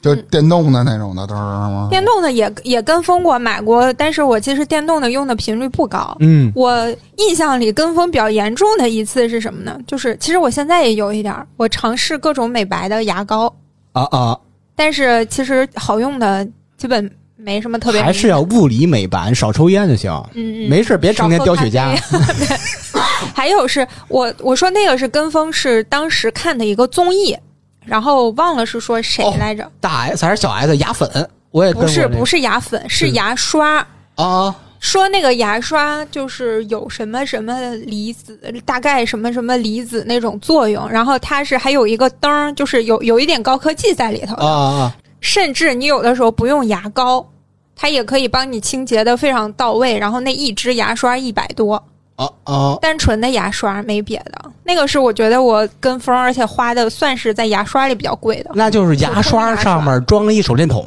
就电动的那种的，都是吗？电动的也也跟风过买过，但是我其实电动的用的频率不高。嗯，我印象里跟风比较严重的一次是什么呢？就是其实我现在也有一点儿，我尝试各种美白的牙膏，啊啊，但是其实好用的基本没什么特别明显。还是要物理美白，少抽烟就行。嗯嗯，没事，别成天叼雪茄。啊少喝咖啡。啊 还有是我我说那个是跟风，是当时看的一个综艺，然后忘了是说谁哦来着。大 S 还是小 S 牙粉，我也跟不过是那个不是牙粉，是是牙刷。啊，说那个牙刷就是有什么什么离子，大概什么什么离子那种作用，然后它是还有一个灯儿，哦就是有有一点高科技在里头的啊啊！甚至你有的时候不用牙膏，它也可以帮你清洁的非常到位。然后那一支牙刷一百多，哦哦，单纯的牙刷没别的，那个是我觉得我跟风，而且花的算是在牙刷里比较贵的。那就是牙刷上面装了一手电筒，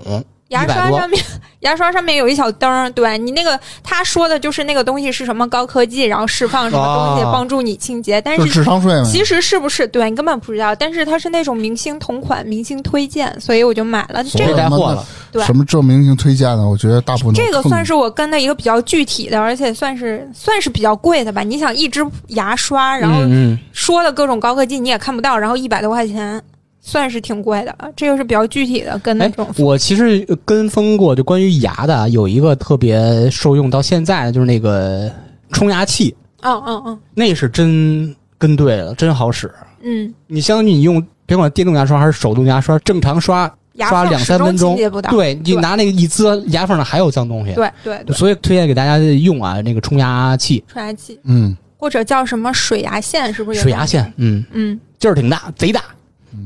牙100刷多 上面，牙刷上面有一小灯儿，对你那个他说的就是那个东西是什么高科技，然后释放什么东西哦帮助你清洁，但就是智商税嘛。其实是不是对你根本不知道，但是它是那种明星同款、明星推荐，所以我就买了所这谓别个。带货了。对什么这明星推荐的，我觉得大部分这个算是是我跟的一个比较具体的，而且算是算是比较贵的吧。你想一支牙刷，然后嗯嗯说的各种高科技你也看不到，然后一百多块钱，算是挺贵的了。这个是比较具体的，跟那哎种，我其实跟风过，就关于牙的啊，有一个特别受用到现在的，就是那个冲牙器，嗯嗯嗯那是真跟对了，真好使。嗯，你相当于你用别管电动牙刷还是手动牙刷，正常刷牙刷缝两始三终分清钟洁不到，，对你对拿那个一滋，牙缝上还有脏东西。对对对，所以推荐给大家用啊，那个冲牙器、冲牙器嗯，或者叫什么水牙线，是不是？水牙，线，嗯，嗯，劲儿挺大，贼大。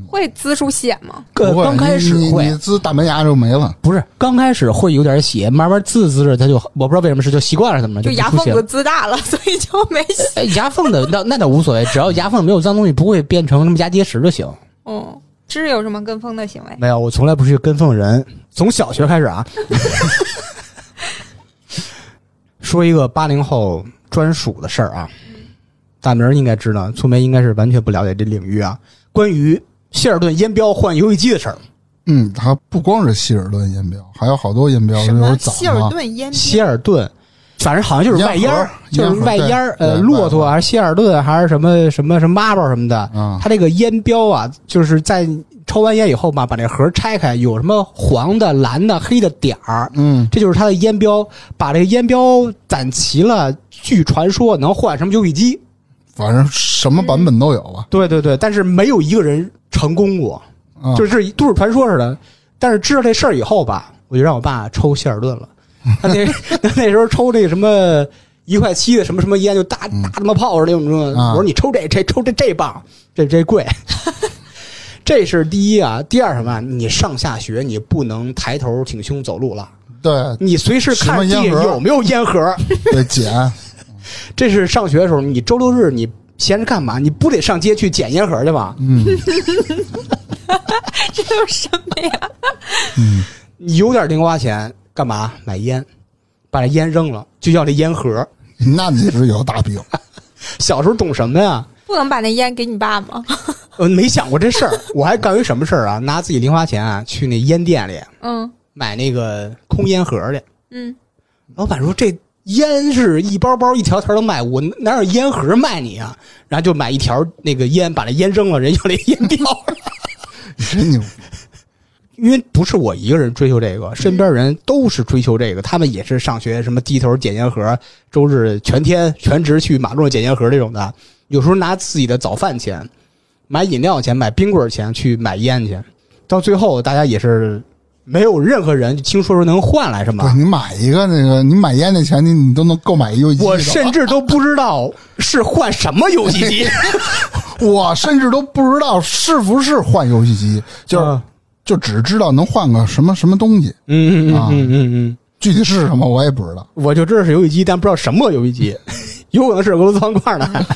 会滋出血吗？呃不会刚开始你你会你滋大门牙就没了，不是刚开始会有点血，慢慢滋着滋着它就，我不知道为什么是就习惯了，怎么着就不牙出缝血了子滋大了， 所以就没洗。哎，牙缝的那那倒无所谓，只要牙缝没有脏东西，不会变成什么牙结石就行。嗯，这有什么跟风的行为？没有，我从来不是一个跟风人，从小学开始啊。 说一个八零后专属的事儿啊，大明儿应该知道，粗梅应该是完全不了解这领域啊。关于希尔顿烟标换游戏机的事儿，嗯，它不光是希尔顿音标，还有好多音标，什比如么早希尔嘛，顿烟希尔顿，反正好像就是外烟儿，烟就盒是外烟儿，烟盒呃，对骆对驼还是希尔顿还是什么什么什么妈宝什么的，啊，它这个烟标啊，就是在抽完烟以后嘛，把那盒拆开，有什么黄的、蓝的、黑的点儿，嗯，这就是它的烟标。把这个烟标攒齐了，据传说能换什么游戏机？反正什么版本都有啊吧，对对对，但是没有一个人成功过，啊，就是都是传说似的。但是知道这事儿以后吧，我就让我爸抽希尔顿 了。他那他那时候抽那个什么一块七的什么什么烟，就大大他妈泡似的，你知道啊吗？我说你抽这这抽这这棒，这这 贵。这是第一啊，第二什么啊？你上下学你不能抬头挺胸走路了，对，你随时什么看烟地盒有没有烟盒。得捡，这是上学的时候，你周六日你闲着干嘛？你不得上街去捡烟盒去吗？嗯，这有什么呀？你有点零花钱干嘛？买烟，把这烟扔了，就要这烟盒。那你是有大病，小时候懂什么呀？不能把那烟给你爸吗？呃，没想过这事儿。我还干一什么事儿啊？拿自己零花钱啊，去那烟店里嗯买那个空烟盒去。嗯，老板说这烟是一包包一条条的卖，我哪有烟盒卖你啊？然后就买一条那个烟，把那烟扔了，人要那烟掉了。你真牛，因为不是我一个人追求这嗯个，身边人都是追求这个，他们也是上学什么低头捡烟盒，周日全天 全职去马路上捡烟盒这种的，有时候拿自己的早饭钱、买饮料钱、买冰棍儿钱去买烟去，到最后大家也是没有任何人听说说能换来什对么。你买一个那个，你买烟那钱你你都能购买一游戏机我的甚至都不知道是换什么游戏机，我甚至都不知道是不是换游戏机， 就是、嗯就只知道能换个什么什么东西，嗯嗯啊嗯嗯嗯，具体是什么我也不知道。我就知道是游戏机，但不知道什么游 戏机，有可能是俄罗斯方块呢。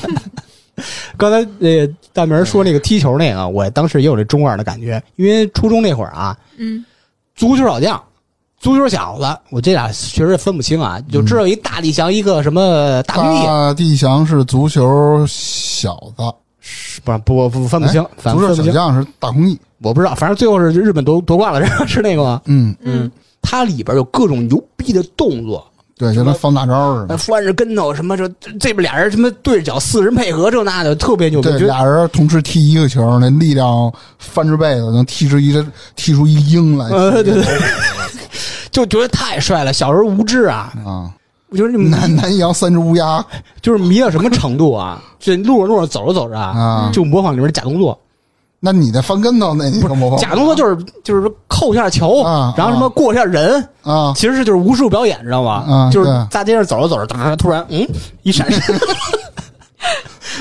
刚才那大明儿说那个踢球那个，我当时也有这中二的感觉，因为初中那会儿啊，嗯，足球老将、足球小子，我这俩确实分不清啊，就知道一大力翔，一个什么大公益，大地翔是足球小子，哎不不不分不清，反足正球分不小清，将是大公益。我不知道，反正最后是日本夺夺冠了， 是是那个吗？嗯，嗯，它里边有各种牛逼的动作，对，就跟放大招似的。翻着跟头什么，这这边俩人什么对着脚四人配合这那的，特别牛逼，对，觉得俩人同时踢一个球，那力量翻着倍的，能踢出一个踢出一鹰来。呃，对对，就觉得太帅了。小时候无知啊，啊，我觉得你们 南南洋三只乌鸦就是迷到什么程 度啊？这路上路上走着走着啊，啊，就模仿里面的假动作，那你的翻跟头那你可模仿假动作就是就是扣一下球，哦啊然后什么过一下人，啊，其实是就是无术表演，你知道吗？啊就是对大街上走着走着，哒突然嗯 一闪身。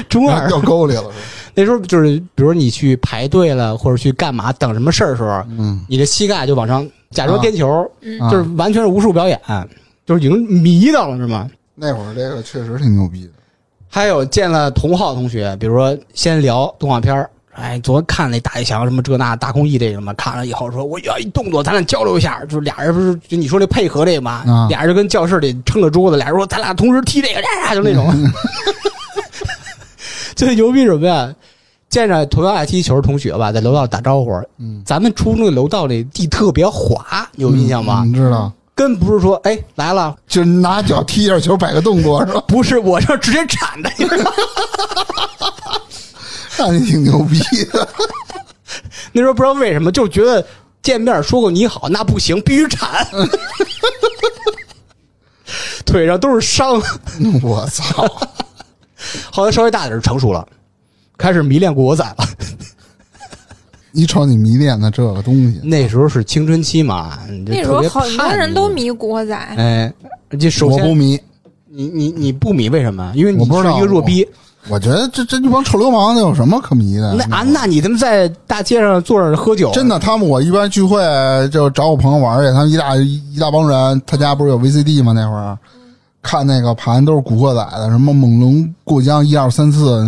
中二掉沟里了。 那时候就是，比如你去排队了，或者去干嘛等什么事儿的时候，嗯，你的膝盖就往上假装颠球，啊就是完全是无数表演，就是已经迷到了，是吗？那会儿这个确实挺牛逼的。还有见了同号同学，比如说先聊动画片儿，哎，昨天看那大一翔什么这那大空翼这什么，看了以后说我要一动作，咱俩交流一下，就是俩人不是就你说这配合这个嘛，啊俩人就跟教室里撑着桌子，俩人说咱俩同时踢这个，呀、就那种。 最牛逼什么呀？见着同样爱踢球的同学吧，在楼道打招呼，嗯，咱们初中的楼道里地特别滑，有印象吗？嗯你知道，根不是说哎来了，就拿脚踢一下球，摆个动作是吧？不是我这直接铲的，那你挺牛逼 的。那时候不知道为什么，就觉得见面说过你好，那不行，必须铲。腿上都是伤，我操！后来稍微大点儿就成熟了，开始迷恋国仔了。 你瞅你迷恋的这个东西，那时候是青春期嘛，嗯你就那时特候别很多叛人逆都迷国仔，哎，这首我先不迷。你你你不迷为什么？因为你我不知是道一个弱逼。我觉得这这这帮臭流氓，那有什么可迷的？那啊，那你他妈在大街上坐着喝酒，啊真的，他们我一般聚会就找我朋友玩去，他们一大一大帮人，他家不是有 VCD 吗？那会儿看那个盘都是《古惑仔》的，什么《猛龙过江》一二三四，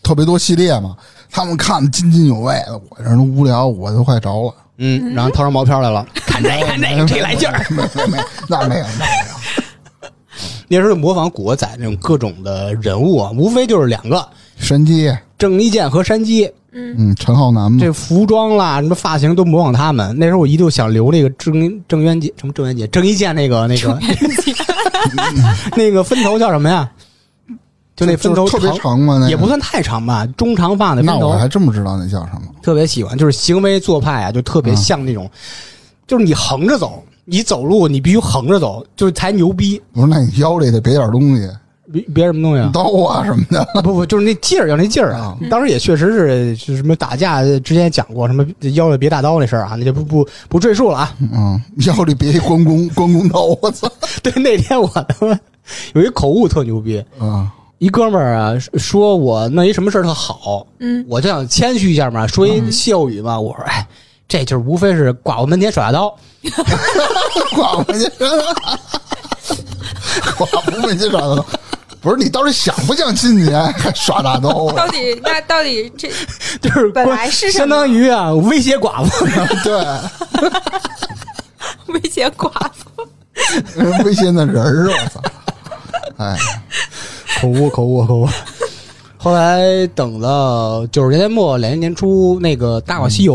特别多系列嘛。他们看得津津有味的，我这人都无聊，我都快着了。嗯，然后掏出毛片来了，看这看这这来劲 儿。没没没，那没有那没有。那时候模仿古惑仔那种各种的人物啊，无非就是两个神机，郑伊健和山鸡，嗯，嗯，陈浩南嘛，这服装啦，什么发型都模仿他们。那时候我一度想留那个郑郑渊洁，什么郑渊洁，郑伊健那个那个 那个分头叫什么呀？就那分头就特别长嘛，那个也不算太长吧，中长发的分那我头，还真不知道那叫什么。特别喜欢，就是行为做派啊，就特嗯别像那种，就是你横着走，你走路你必须横着走，就是才牛逼。我说那你腰里得别点东西，别别什么东西啊？刀啊什么的。不不，就是那劲儿，要那劲儿啊！嗯当时也确实是，是什么打架之前讲过什么腰里别大刀那事儿啊，那就不不不赘述了啊。嗯， 腰里别一关公关公刀，我操！ 对，那天我他妈有一口误特牛逼， 嗯一哥们儿啊说我弄一什么事儿特好，嗯，我就想谦虚一下嘛，说一笑语嘛，我说哎，这就是无非是寡妇门前耍大刀，寡妇去，寡妇没去耍大刀。不是你到底想不想进去，还耍大刀啊？ 到底那到底这就是本来是什么相当于啊威胁寡妇， 对，威胁寡妇，人危险的人儿，我操！哎，口误口误口误。 后来等到九十年代末两千年初，那个《大话西游》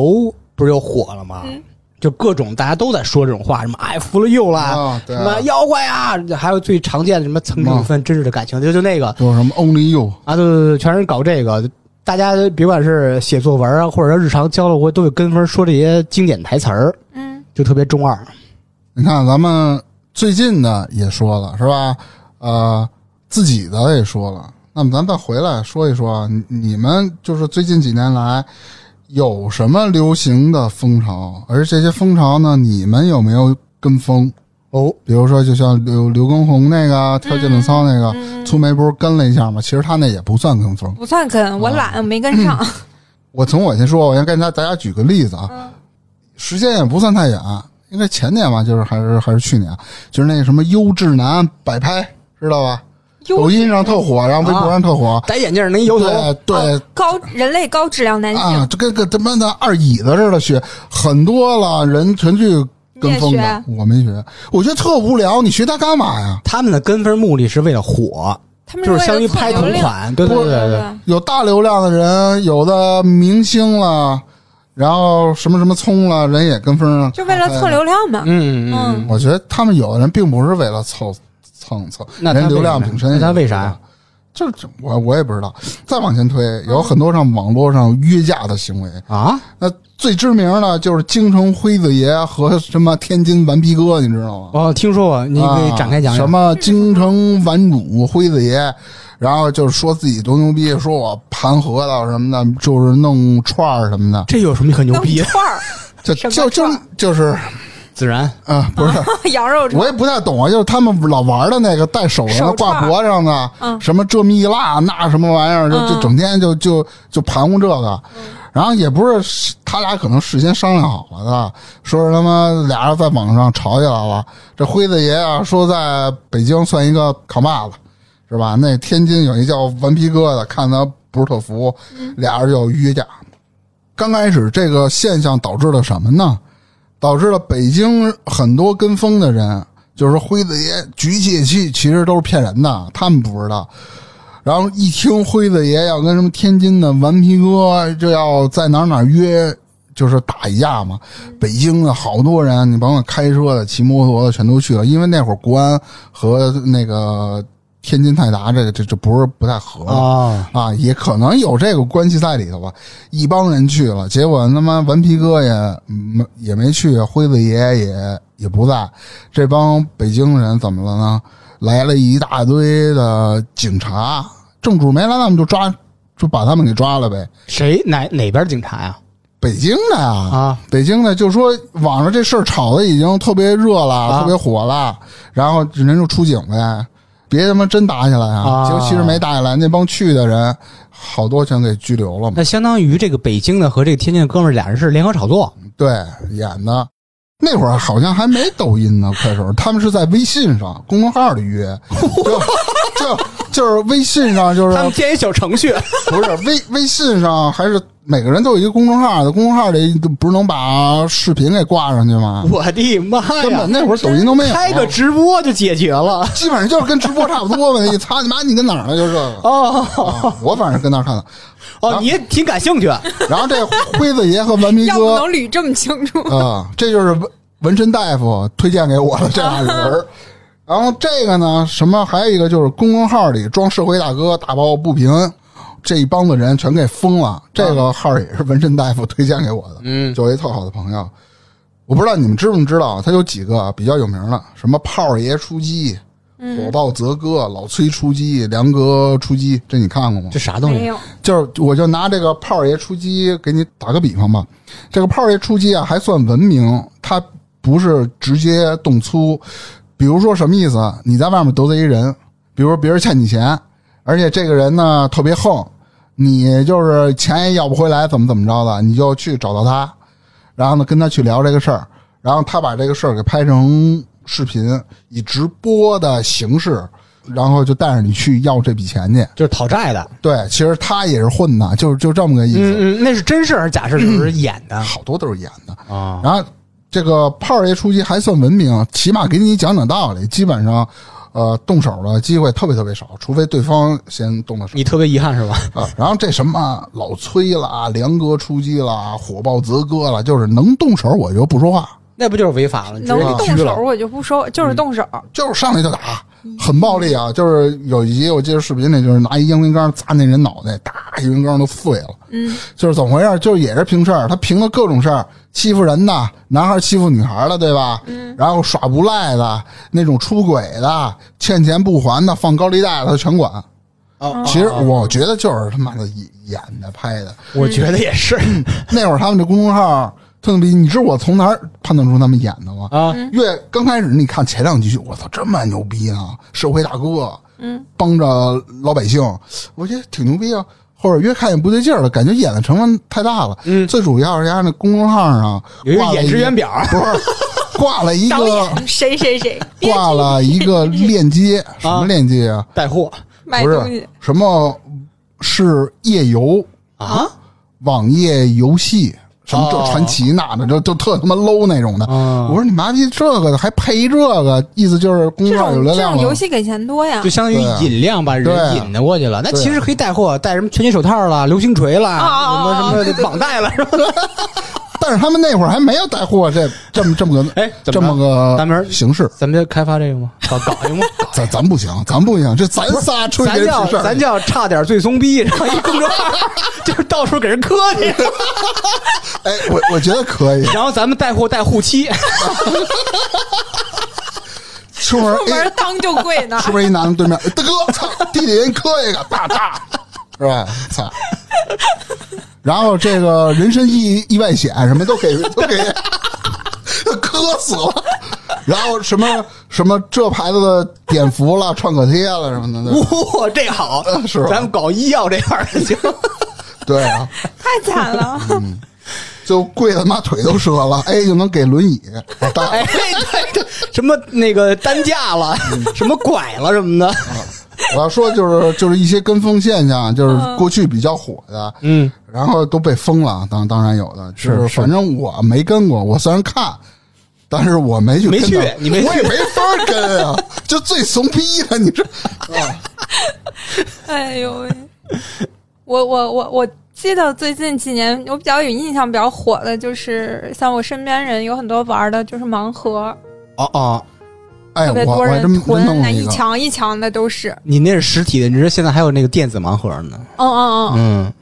不是又火了吗？嗯就各种大家都在说这种话，什么哎服了又啦，啊对什啊么妖怪呀、还有最常见的什么曾嗯国藩真实的感情，就就那个有什么 Only You？啊，对对对，全是搞这个。大家别管是写作文啊，或者是日常交流会，都会跟风说这些经典台词儿，嗯，就特别中二。你看咱们最近的也说了是吧？呃，自己的也说了。那么咱再回来说一说啊，你你们就是最近几年来有什么流行的风潮，而这些风潮呢，你们有没有跟风？哦，比如说，就像刘刘畊宏那个啊跳健美操那个，粗眉不是跟了一下吗？其实他那也不算跟风。不算跟，我懒，没跟上。我从我先说，我先跟大大家举个例子啊，嗯时间也不算太远，应该前年吧，就是还是还是去年，就是那什么优质男摆拍，知道吧？抖 优音上特火，然后微博上特啊火，戴眼镜儿那一摇头，对对高人类高质量男性，啊，就跟跟他妈的二椅子似的学，很多了人全去跟风你也的学，我没学，我觉得特无聊，你学它干嘛呀？他们的跟风目的是为了火，他们就为是了相当于蹭拍流同量。款，对对对对嗯对。有大流量的人，有的明星了，然后什么什么葱了，人也跟风了，就为了蹭流量嘛。嗯嗯我觉得他们有的人并不是为了凑蹭蹭，那他人流为量什么本身那也他是为啥呀？嗯这这我我也不知道。再往前推，有很多上网络上约架的行为。啊，那最知名的就是京城辉子爷和什么天津顽皮哥，你知道吗？哦，听说过，你可以展开讲啊讲。什？么京城顽主辉子爷，然后就是说自己多牛逼，说我盘核桃什么的，就是弄串儿什么的，这有什么可牛弄逼？串儿， 就什么就就串儿就是孜然啊，不是羊肉串我也不太懂啊，就是他们老玩的那个戴手上的、手串挂儿脖上啊的，嗯什么这蜜蜡那什么玩意儿，就就嗯整天就就就盘过这个。然后也不是他俩可能事先商量好了的，说是他妈俩人在网上吵起来了。这辉子爷啊，说在北京算一个扛把子，是吧？那天津有一叫顽皮哥的，看他不是特服，嗯俩人就约架。刚开始这个现象导致了什么呢？导致了北京很多跟风的人，就是辉子爷举起气，其实都是骗人的，他们不知道。然后一听辉子爷要跟什么天津的顽皮哥就要在哪儿哪儿约，就是打一架嘛。北京的好多人，你甭管开车的、骑摩托的，全都去了，因为那会儿国安和那个天津泰达这个这这不是不太合嘛啊，啊，也可能有这个关系在里头吧。一帮人去了，结果他妈顽皮哥也没也没去，辉子爷也也不在。这帮北京人怎么了呢？来了一大堆的警察，正主没来，他们就抓，就把他们给抓了呗。谁哪哪边警察呀？北京的呀，啊，北京的就说网上这事儿炒的已经特别热了，啊特别火了，然后人就出警呗，别他妈真打起来啊结果其实没打起来，那帮去的人好多全给拘留了嘛。那相当于这个北京的和这个天津的哥们儿俩人是联合炒作对，演的那会儿好像还没抖音呢，快手，他们是在微信上公众号里约，就就就是微信上就是建一小程序，不是微微信上还是每个人都有一个公众号的，公众号里不是能把视频给挂上去吗？ 我的妈根呀本！那会儿抖音都没有，开个直播就解决了基本上就是跟直播差不多呗。一擦你妈，你跟哪儿呢？就 这个。哦啊我反正跟那儿看的，哦，你也挺感兴趣然后这辉子爷和顽皮 要不哥能捋这么清楚， 啊，这就是纹纹身大夫推荐给我的这俩人儿。然后这个呢，什么还有一个就是公众号里装社会大哥打抱不平，这一帮子人全给封了。这个号也是纹身大夫推荐给我的，嗯，就有一特好的朋友。我不知道你们知不知道，啊他有几个比较有名的，什么炮爷出击、火爆泽哥、老崔出击、梁哥出击，这你看过吗？这啥东没西？有就是我就拿这个炮爷出击给你打个比方吧，这个炮爷出击啊还算文明，它不是直接动粗。比如说什么意思啊？你在外面得罪一人，比如说别人欠你钱，而且这个人呢特别横，你就是钱也要不回来，怎么怎么着的，你就去找到他，然后呢跟他去聊这个事儿，然后他把这个事儿给拍成视频，以直播的形式，然后就带着你去要这笔钱去。就是讨债的。对，其实他也是混的，就是就这么个意思。嗯嗯，嗯那是真事儿还是假事儿？就是演的好多都是演的。啊。然后这个炮爷出击还算文明，起码给你讲讲道理。基本上，呃，动手的机会特别特别少，除非对方先动了手你特别遗憾是吧？啊。然后这什么老崔啦、梁哥出击啦、火爆泽哥啦，就是能动手我就不说话， 那不就是违法了？你直能接给动拘手了。嗯我就不收，就是动手。就是上来就打，很暴力啊。就是有一集我记得视频里，就是拿一烟灰缸砸那人脑袋，哒，烟灰缸都碎了。嗯，就是怎么回事？就是也是平事儿，他平了各种事儿，欺负人的，男孩欺负女孩的，对吧？嗯，然后耍无赖的，那种出轨的，欠钱不还的，放高利贷的，他全管。哦其实我觉得就是他妈的演的拍的。我觉得也是那会儿他们这公众号特牛逼，你知道我从哪儿判断出他们演的吗？啊。嗯越刚开始你看前两集，我操，这么牛逼呢，社会大哥，嗯，帮着老百姓，我觉得挺牛逼啊。后边越看越不对劲儿了，感觉演的成分太大了。嗯最主要是人家那公众号上啊有一个挂了演职员表不是挂了一导个 演谁谁谁挂了一个链接，什么链接啊？带货买不东是西，什么是夜游啊网页游戏，什么这传奇那的，这就特他妈 low 那种的。啊我，说你妈逼这个的还配这个，意思就是公这众号有种流这量种了游。戏给钱多呀 就。相当于引量把对啊人引的过去了。那对啊其实可以带货，带什么拳击手套哦啦、流星锤啦、啊什啊啊么对对什么对绑带了，是吧？但是他们那会儿还没有带货这这么这么个 哎，这么个大明儿形式，咱们就开发这个吗？搞搞一个吗？搞咱咱不行，咱不行，这咱仨出去咱给人叫出事咱儿。叫差点最怂逼，然后一 公众号，就是到处给人磕去，哎，我我觉得可以，然后咱们带货带护膝，出门出哎，门当就贵呢，出门一男的对面， 大哥，操，弟弟人磕一个，大大，是吧？操。然后这个人身意意外险什么都给都给磕死了，然后什么什么这牌子的碘伏了、创可贴了什么的，对吧哇，这好呃是吧 咱们搞医药这块儿就行。对啊，太惨 了。就跪的妈腿都折了，哎，就能给轮椅搭哎，对对，什么那个担架了，什么拐了什么的， 我要说就是就是一些跟风现嗯象，就是过去比较火的，嗯，然后都被封了。当当然有的，就是是反正我没跟过，我虽然看，但是我没去跟没去到你没去我也没法跟 啊，就最怂逼的，你这哎呦喂！我我我我记得最近几年，我比较有印象比较火的就是，像我身边人有很多玩的，就是盲盒，哦哦，哎，特别我多我还人真真囤，弄那了一个，墙一墙的都是。你那是实体的，你这现在还有那个电子盲盒呢，嗯嗯嗯，嗯，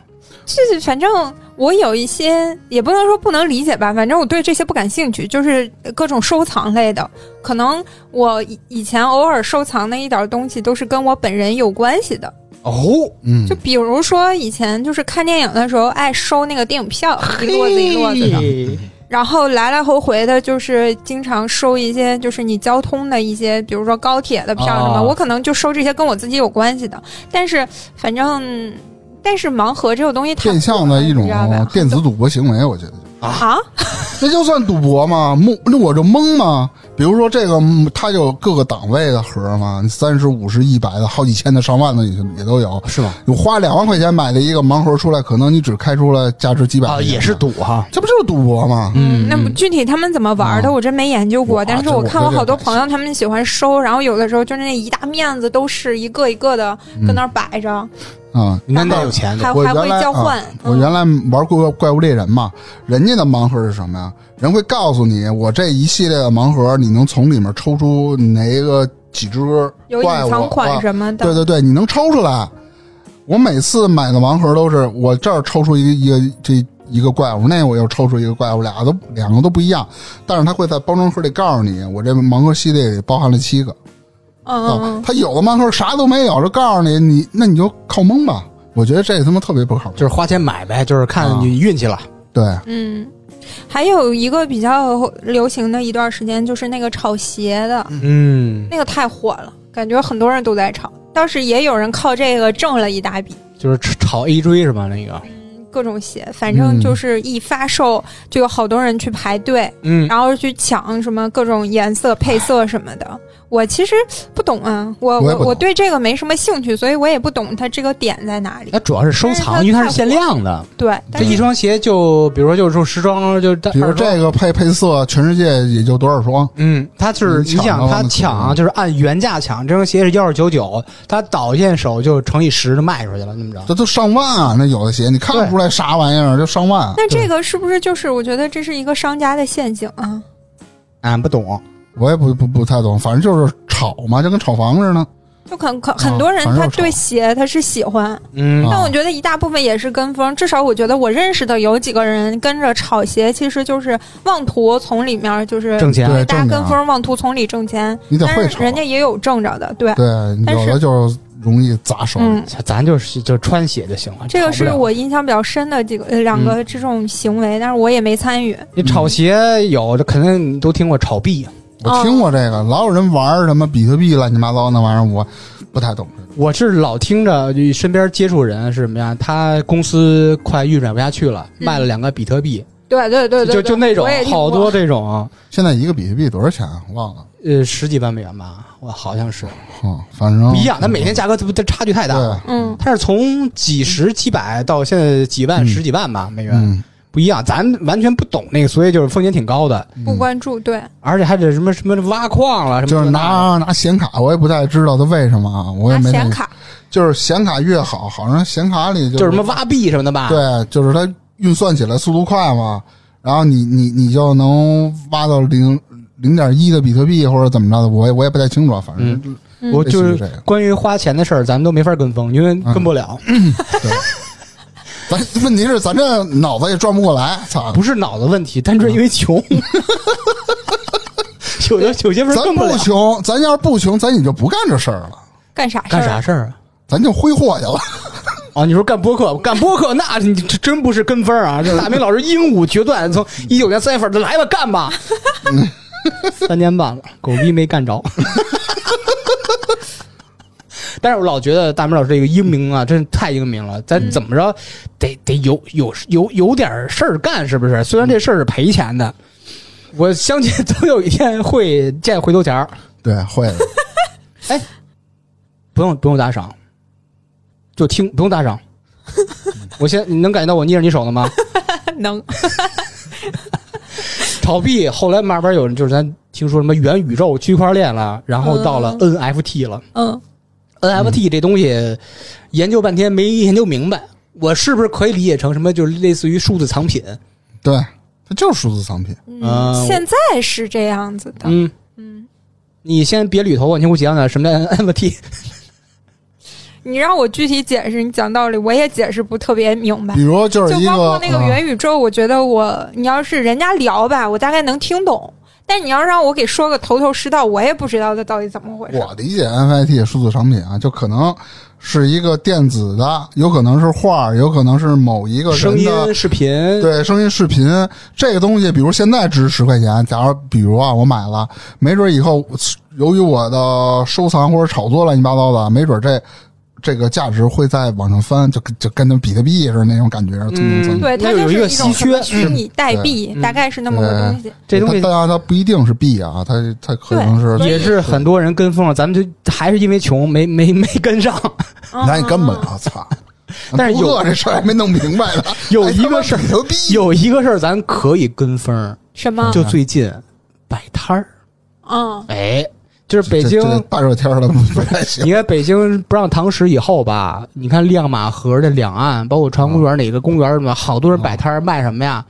就是反正我有一些也不能说不能理解吧，反正我对这些不感兴趣，就是各种收藏类的。可能我以以前偶尔收藏的一点东西都是跟我本人有关系的，哦，嗯就，比如说以前就是看电影的时候爱收那个电影票，一摞子一摞子的。嘿然后来来回回的，就是经常收一些，就是你交通的一些，比如说高铁的票什么，啊我可能就收这些跟我自己有关系的。但是反正，但是盲盒这种东西太变相的一种你知道吧电子赌博行为，我觉得啊，那就算赌博嘛，蒙那我就蒙嘛。比如说这个，嗯它有各个档位的盒嘛，三十、五十、一百的，好几千的、上万的也也都有。是吗？你花两万块钱买的一个盲盒出来，可能你只开出了价值几百啊，块钱也是，赌哈，这不就是赌博吗？嗯，那么具体他们怎么玩的，啊我真没研究哇过。但是这我我看这我个好多感朋友他们喜欢收，然后有的时候就是那一大面子都是一个一个的嗯跟那儿摆着，啊、你那得有钱还我还会原来交换嗯啊。我原来玩过怪物猎人嘛，人家的盲盒是什么呀？人会告诉你，我这一系列的盲盒，你能从里面抽出哪个几只有怪隐物藏款啊什么的，对对对，你能抽出来。我每次买的盲盒都是我这儿抽出一个一个这一个怪物，那我又抽出一个怪物，俩都两个都不一样，但是它会在包装盒里告诉你，我这盲盒系列里包含了七个。嗯嗯啊嗯，，它有的盲盒啥都没有，就告诉你，你那你就靠蒙吧。我觉得这他妈特别不靠谱。就是花钱买呗，就是看啊你运气了。对，嗯，还有一个比较流行的一段时间就是那个炒鞋的，嗯，那个太火了，感觉很多人都在炒。当时也有人靠这个挣了一大笔，就是炒 A 追是吧？那个，各种鞋，反嗯正就是一发售就有好多人去排队，嗯，然后去抢什么各种颜色、配色什么的。我其实不懂啊，我我也不我懂我对这个没什么兴趣，所以我也不懂它这个点在哪里那。主要是收藏，因为它是限量的，嗯对，这但一是双鞋就比如说就是十双，就比如这个配配色，全世界也就多少双？嗯，他就是你你抢想到他了抢啊吗就是按原价抢，这双鞋是幺二九九，他倒一件手就乘以十就卖出去了，那么着。这都上万啊！那有的鞋你看不出来啥玩 意儿，就上万。那这个是不是就是我觉得这是一个商家的陷阱啊？俺不懂，我也不不不太懂，反正就是炒嘛，就跟炒房似的。就很很啊很多人反正他我对炒鞋他是喜欢，嗯啊但我觉得一大部分也是跟风，至少我觉得我认识的有几个人跟着炒鞋，其实就是妄图从里面就是挣钱对大家挣着跟啊风妄图从里挣钱，你得但会是炒。哎人家也有挣着的，对，对，但有是的就是容易砸手里。嗯。咱就是就穿鞋就行了。这个炒不是了嗯我印象比较深的几个呃两个这种行为，但是我也没参与。你嗯炒鞋有，这肯定你都听过炒币。我听过这个，老有人玩什么比特币乱七八糟那玩意儿，我不太懂。我是老听着就身边接触人是什么呀？他公司快运转不下去了，嗯卖了两个比特币，对对对对，就对就那种我也听过好多这种，现在一个比特币多少钱啊？忘了，呃，十几万美元吧，我好像是哼，反正不一样。它每天价格它不它差距太大了。嗯对，嗯，它是从几十几百到现在几万、嗯十几万吧美元、嗯，不一样，咱完全不懂那个，所以就是风险挺高的，不关注，对，而且还得什么什么挖矿啊了，什就么是这那的拿拿显卡，我也不太知道它为什么啊，我也拿没显太卡，就是显卡越好，好像显卡里就就是什么挖币什么的吧。，对，就是它运算起来速度快嘛，然后你你你就能挖到零零点一的比特币或者怎么着的，我也我也不太清楚啊，反正嗯我类就似于是这个，嗯关于花钱的事儿，咱们都没法跟风，因为跟不了， 咱问题是咱这脑子也转不过来，操，不是脑子问题，单纯因为穷。 有的有些人嗯咱跟了不，穷，咱要是不穷，咱也就不干这事儿了，干啥事儿干啥？事儿啊？咱就挥霍去了。 啊，你说干播客，干播客，那你这真不是跟风啊！这大明老师英武决断，从一九年三月份就来吧，干吧，三年半了，狗逼没干着。但是我老觉得大明老师这个英明啊，真是太英明了。咱嗯怎么着，得得有有有有点事儿干，是不是？虽然这事儿是赔钱的，我相信总有一天会见回头钱儿。对，会的。哎不用不用打赏，就听不用 打赏。我现在你能感觉到我捏着你手了吗？ 能炒币后来慢慢有人就是咱听说什么元宇宙、区块链了，然后到了 NFT 了。嗯 NFT 这东西研究半天没研究明白，我是不是可以理解成什么就是类似于数字藏品？对，它就是数字藏品。啊我嗯现在是这样子的，嗯，嗯，你先别捋头发，你给我讲讲什么叫 NFT？你让我具体解释，你讲道理我也解释不特别明白比。如就是就一包括那个啊嗯元宇宙，我觉得我你要是人家聊吧，我大概能听懂。但你要让我给说个头头是道，我也不知道这到底怎么回事。我理解 NFT 数字产品啊，就可能是一个电子的，有可能是画儿，有可能是某一个人声的音、视频，对声音、视频这个东西，比如现在值十块钱，假如比如啊，我买了，没准以后由于我的收藏或者炒作乱七八糟的，没准这这个价值会在往上翻，就跟就跟那比特币似的那种感觉，蹭嗯蹭蹭。对，它那就有是一个种稀什么缺虚拟代币，嗯大概是那么个东西。这东西当然它不一定是币啊，它它可能是对也是很多人跟风了，咱们就还是因为穷没没没跟上。那你根本嗯啊，操！ 但是有扑克这事儿还没弄明白呢， 哎有一个事儿还他妈比特币， 有一个事儿咱可以跟风儿，什么？就最近摆摊儿，嗯哎，就是北这京，这大热天儿的不太行。你看北京不让堂食以后吧，你看亮马河的两岸，包括船公园哪个公园什么，好多人摆摊儿卖什么呀？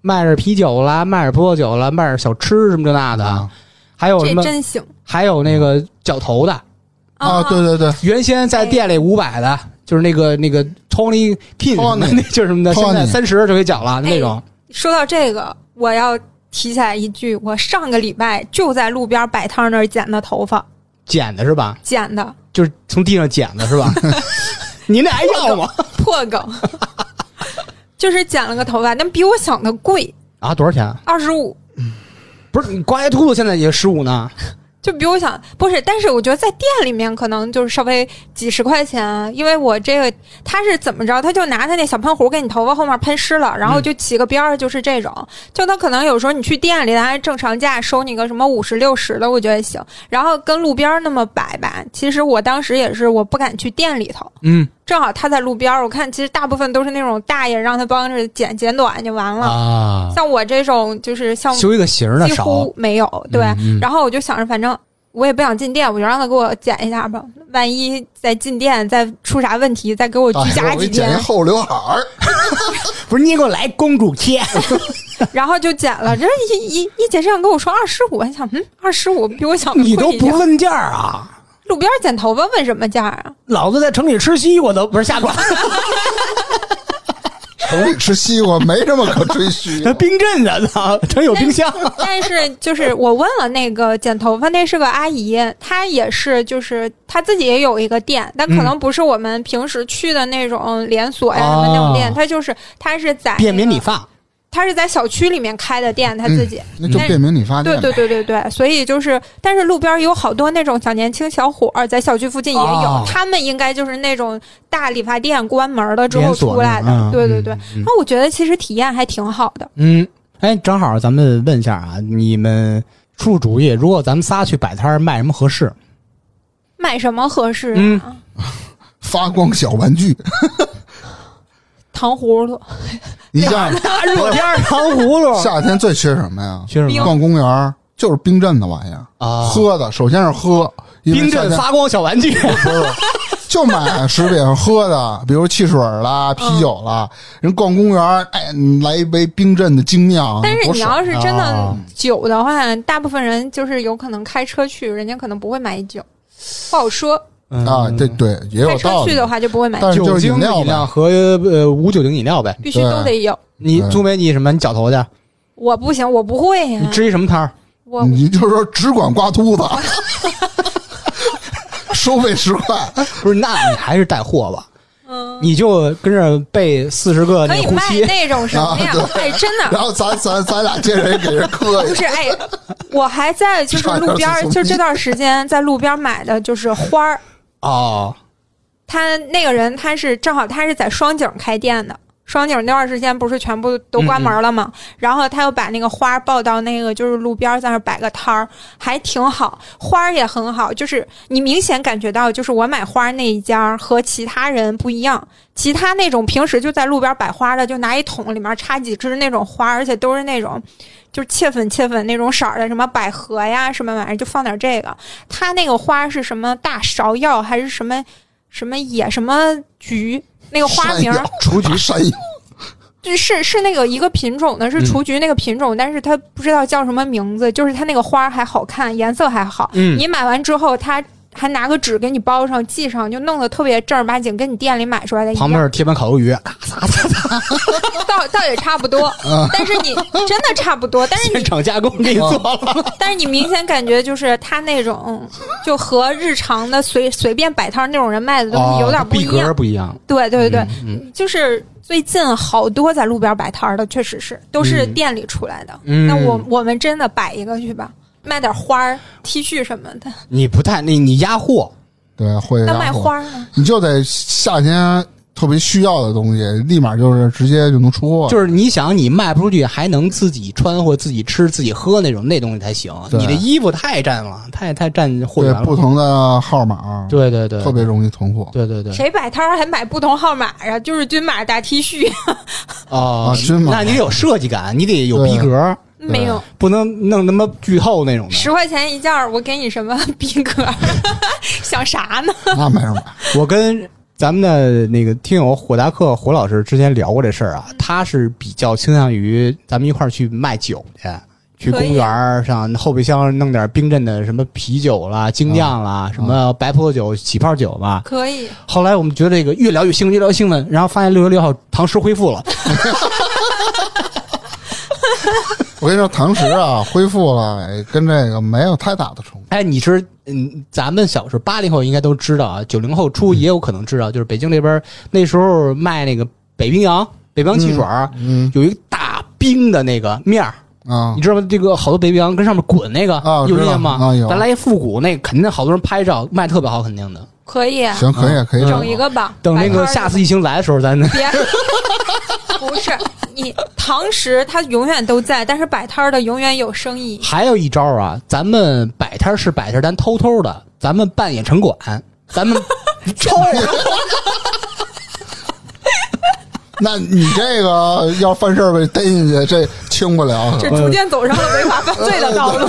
卖着啤酒啦，卖着葡萄酒啦，卖着小吃什么这那的，啊还有什这么？真行嗯还有那个绞头的，啊，对对对，原先在店里五百的，就是那个那个嗯 Tony King 什么的 Tony 那就是什么的，现在 Tony 三十就给绞了哎那种。说到这个，我要提起来一句，我上个礼拜就在路边摆摊那儿剪的头发，剪的是吧？剪的就是从地上捡的是 吧？你那还要吗？破梗， 就是剪了个头发，但比我想的贵，啊，多少钱？二十五。不是你刮一秃子现在也十五呢？就比我想不是，但是我觉得在店里面可能就是稍微几十块钱啊，因为我这个他是怎么着，他就拿他那小喷壶给你头发后面喷湿了，然后就起个边儿，就是这种。就他可能有时候你去店里，他按正常价收你个什么五十六十的，我觉得行。然后跟路边儿那么摆吧，其实我当时也是我不敢去店里头，嗯正好他在路边儿，我看其实大部分都是那种大爷让他帮着剪剪短就完了。啊，像我这种就是像修一个型儿的几少。乎没有，对。嗯嗯然后我就想着，反正我也不想进店，我就让他给我剪一下吧。万一再进店再出啥问题，再给我居哎家我给几你剪天一。后刘海儿，不是你给我来公主切，然后就剪了，这一一一结账跟我说二十五，还想嗯二十五比我想的你都贵一 不点问价儿啊？路边剪头发问什么价啊？ 老子在城里吃西瓜都不是下瓜， 城里吃西瓜没什么可吹嘘的。 冰镇的呢，城有冰 箱。但是就是我问了那个剪头发那是个阿姨，她也是就是她自己也有一个店，但可嗯能不是我们平时去的那种连锁呀、什么那种店，哦她就是她是在便那民个理发，她是在小区里面开的店，她自己。 那就便民理嗯发店呗，对哎对对对对，所以就是，但是路边儿有好多那种小年轻小伙儿，在小区附近也有，哦他们应该就是那种大理发店关门了之后连锁出来的，那种嗯对对对。嗯然后我觉得其实体验还挺好的，嗯，哎，正好咱们问一下啊，你们出出主意，如果咱们仨去摆摊儿卖什么合适？买什么合适啊？嗯发光小玩 具，糖葫芦，你 想啊想大热天儿糖葫芦啊夏天最缺什么呀？缺什冰么逛公园儿就是冰镇的玩意儿，啊喝的首先是喝，因为冰夏镇天发光小玩具。不是，就买食品喝的，比如汽水嗯啦、啤酒啦。人逛公园儿，哎，你来一杯冰镇的精酿，但是哦多你爽要是真的啊酒的话，大部分人就是有可能开车去，人家可能不会买酒，不好说。啊，对对，也开有车道去理的。话就不会买，但是嗯酒嗯就是精饮的料饮料吧，和呃无酒精饮料呗。必须都得有。你对苏梅，你什么？你绞头去？我不行，我不会哎呀、你支一什么摊儿？我你就说只管刮秃 子， 收费十块。不是，那你还是带货吧， 嗯，你就跟着备四十个可那以护卖膝。那种什么呀？啊哎，真的， 然后咱咱咱俩接着给人磕不一是，哎，我还在就是路 差点边儿儿，就就从这段时间在路边儿买的就是花儿，哦，他那个人他是正好他是在双井开店的，双井那段时间不是全部都关门了嗯吗？然后他又把那个花儿抱到那个就是路边儿在那儿摆个摊儿，还挺好，花儿也很好，就是你明显感觉到，就是我买花儿那一家儿和其他人不一样，其他那种平时就在路边摆花的，就拿一桶里面插几枝那种花，而且都是那种。就是切粉切粉那种色儿的，什么百合呀，什么玩意儿，就放点这个。他那个花是什么大芍药还是什么什么野什么菊，那个 花 名儿山药雏菊山药，就是是那个一个品种的，是嗯雏菊那个品种，但是它不知道叫什么名字，就是它那个花儿还好看，颜色还好。嗯，你买完之后，它还拿个纸给你包上系上，就弄得特别正儿八经，跟你店里买出来的一旁样。边是铁板烤鱿鱼，哎倒倒也差不多，啊 但是你真的差不多，但是 现你哦场加工给你做了，但是你明显感觉就是它那种就和日常的随随便摆摊儿那种人卖的东 西有点不逼一样啊格。不一样，对对对，嗯就是最近好多在路边摆摊儿的，确实是都是嗯店里出来的。嗯那我我们真的摆一个去吧，卖点花儿、T 恤什么的。你不太那你压货， 对，会那卖然后花儿呢？你就得夏天特别需要的东西，立马就是直接就能出货。就是你想你卖不出去，还能自己穿或自己吃自己喝那种那东西才行。对你的衣服太占了，太太占货对源不了。同的号码，对对对，特别容易囤 货对对对谁摆摊儿还买不同号码呀？就是均码大 T 恤，哦啊，真吗那你得有设计感，你得有逼格，没有不能弄他妈剧透那种的。十块钱一件儿，我给你什么 逼格？想啥呢？那没人买。我跟咱们的那个听友火达克火老师之前聊过这事儿啊，他是比较倾向于咱们一块儿去卖酒去，去可以公园儿上后备箱弄点冰镇的什么啤酒啦、精酿啊啦、什么白葡萄酒、起泡酒啦。可以，后来我们觉得这个越聊越兴奋，越聊越兴奋，然后发现六月六号唐诗恢复了，我跟你说，堂食啊，恢复了，哎跟这个没有太大的冲突。哎，你知，嗯，咱们小时候八零后应该都知道啊，九零后初也有可能知道，就是北京这边儿那时候卖那个北冰洋、北冰洋汽水儿，嗯有一个大冰的那个面儿，啊你，知道吗？这个好多北冰洋跟上面滚那个，啊有印知道象吗？啊有咱来一复古，那肯定好多人拍照，卖特别好，肯定的。可以啊，行，可以，可以整一个吧。等那摆摊个儿下次疫情来的时候，咱 别， 不是你堂食，它永远都在，但是摆摊儿的永远有生意。还有一招啊，咱们摆摊儿是摆摊儿，咱偷偷的，咱们办演城馆，咱们抽。啊那你这个要犯事儿被逮进去，这轻不了。这逐渐走上了违法犯罪的道 路。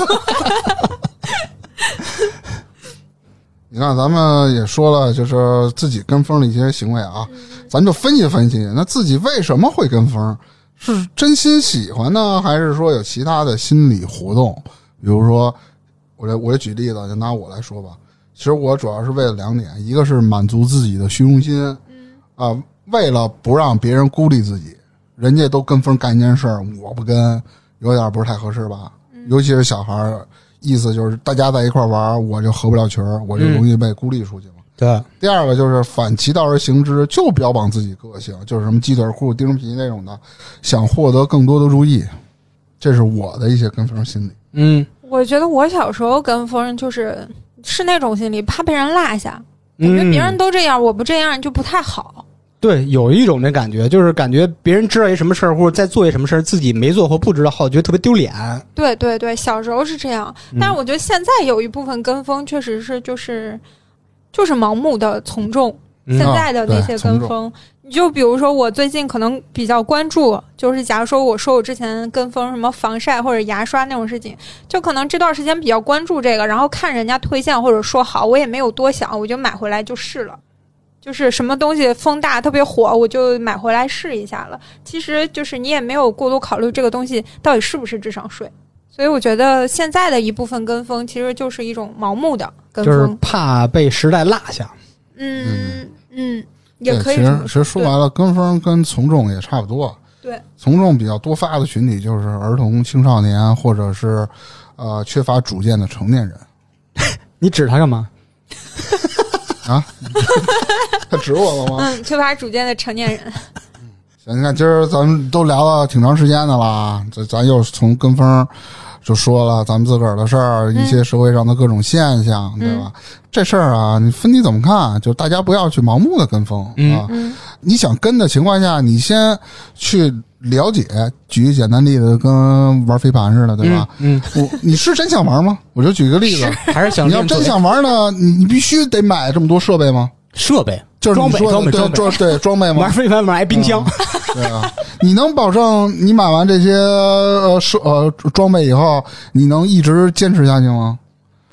你看，咱们也说了，就是自己跟风的一些行为啊，咱就分析分析，那自己为什么会跟风？是真心喜欢呢，还是说有其他的心理活动？比如说，我来我来举例子，就拿我来说吧。其实我主要是为了两点，一个是满足自己的虚荣心，啊、为了不让别人孤立自己，人家都跟风干一件事儿，我不跟，有点不是太合适吧？尤其是小孩儿，意思就是大家在一块儿玩儿，我就合不了群儿，我就容易被孤立出去嘛。对，第二个就是反其道而行之，就标榜自己个性，就是什么鸡腿裤、丁皮那种的，想获得更多的注意，这是我的一些跟风心理。嗯我觉得我小时候跟风就是是那种心理，怕被人落下，感觉嗯，别人都这样，我不这样就不太好。对，有一种那感觉，就是感觉别人知道一什么事儿，或者在做一什么事儿，自己没做或不知道后，觉得特别丢脸。对对对，小时候是这样，嗯但是我觉得现在有一部分跟风确实是就是就是盲目的从众。嗯现哦啊在的那些跟风。你就比如说，我最近可能比较关注，就是假如说我说我之前跟风什么防晒或者牙刷那种事情，就可能这段时间比较关注这个，然后看人家推荐或者说好，我也没有多想，我就买回来就试了。就是什么东西风大特别火，我就买回来试一下了。其实就是你也没有过多考虑这个东西到底是不是智商税，所以我觉得现在的一部分跟风其实就是一种盲目的跟就是风。怕被时代落下。嗯嗯，也对可以其这实么其实说对白了，跟风跟从众也差不多。对，从众比较多发的群体就是儿童、青少年，或者是呃缺乏主见的成 年人你指他干嘛？啊。他指我了吗？嗯，缺乏主见的成年人，行行，你看今儿咱们都聊了挺长时间的啦，这咱又从跟风儿就说了咱们自个儿的事儿，一些社会上的各种现象，对吧？这事儿啊，你分你怎么看？就大家不要去盲目的跟风、啊。嗯你想跟的情况下，你先去了解。举一简单例子，跟玩飞盘似的，对吧？嗯，我你是真想玩吗？我就举一个例子，还是想你要练真嘴想玩呢，你你必须得买这么多设备吗？设备，就是你装备说装的备对装备装对装备吗玩？飞盘买冰箱，对啊，你能保证你买完这些呃设呃装备以后，你能一直坚持下去 吗？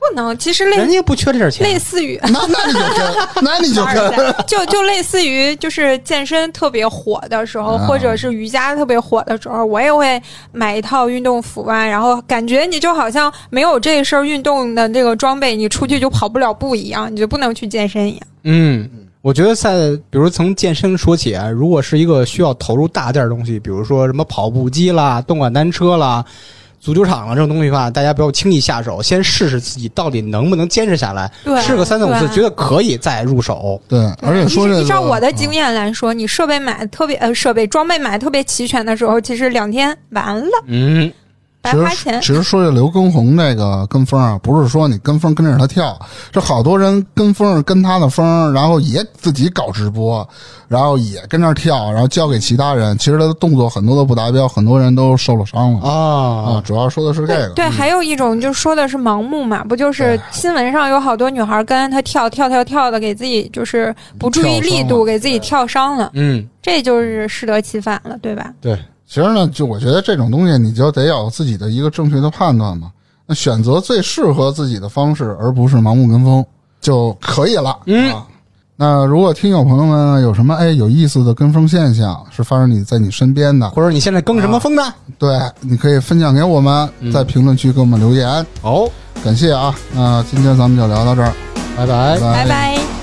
不能，其实人类家不缺这点类钱，似于那那你就跟，那你就马尔跟，代就就类似于就是健身特别火的时候，啊或者是瑜伽特别火的时候，我也会买一套运动服啊，然后感觉你就好像没有这身运动的这个装备，你出去就跑不了步一样，你就不能去健身一样。嗯。我觉得在，比如从健身说起啊，如果是一个需要投入大件儿的东西，比如说什么跑步机啦、动感单车啦、足球场啊这种东西的话，大家不要轻易下手，先试试自己到底能不能坚持下来，对，试个三次五次，对觉得可以再入手。对，而且说这啊个，依照我的经验，验来说，你设备买得特别呃设备装备买得特别齐全的时候，其实两天完了，嗯，白其花实钱。其实说这刘畊宏这个跟风啊，不是说你跟风跟着他跳，这好多人跟风跟他的风，然后也自己搞直播，然后也跟那儿跳，然后教给其他人。其实他的动作很多都不达标，很多人都受了伤了啊啊。主要说的是这个，对，还有一种就说的是盲目嘛，不就是嗯对新闻上有好多女孩跟着他跳跳跳跳的，给自己就是不注意力跳伤度，了给自己跳伤了，嗯，这就是适得其反了，对吧？其实呢，就我觉得这种东西，你就得要有自己的一个正确的判断嘛。那选择最适合自己的方式，而不是盲目跟风就可以了。嗯啊，那如果听友朋友们有什么哎有意思的跟风现象是发生你在你身边的，或者你现在更什么风呢？对，你可以分享给我们，在评论区给我们留言。哦，感谢啊，那今天咱们就聊到这儿，拜拜拜拜拜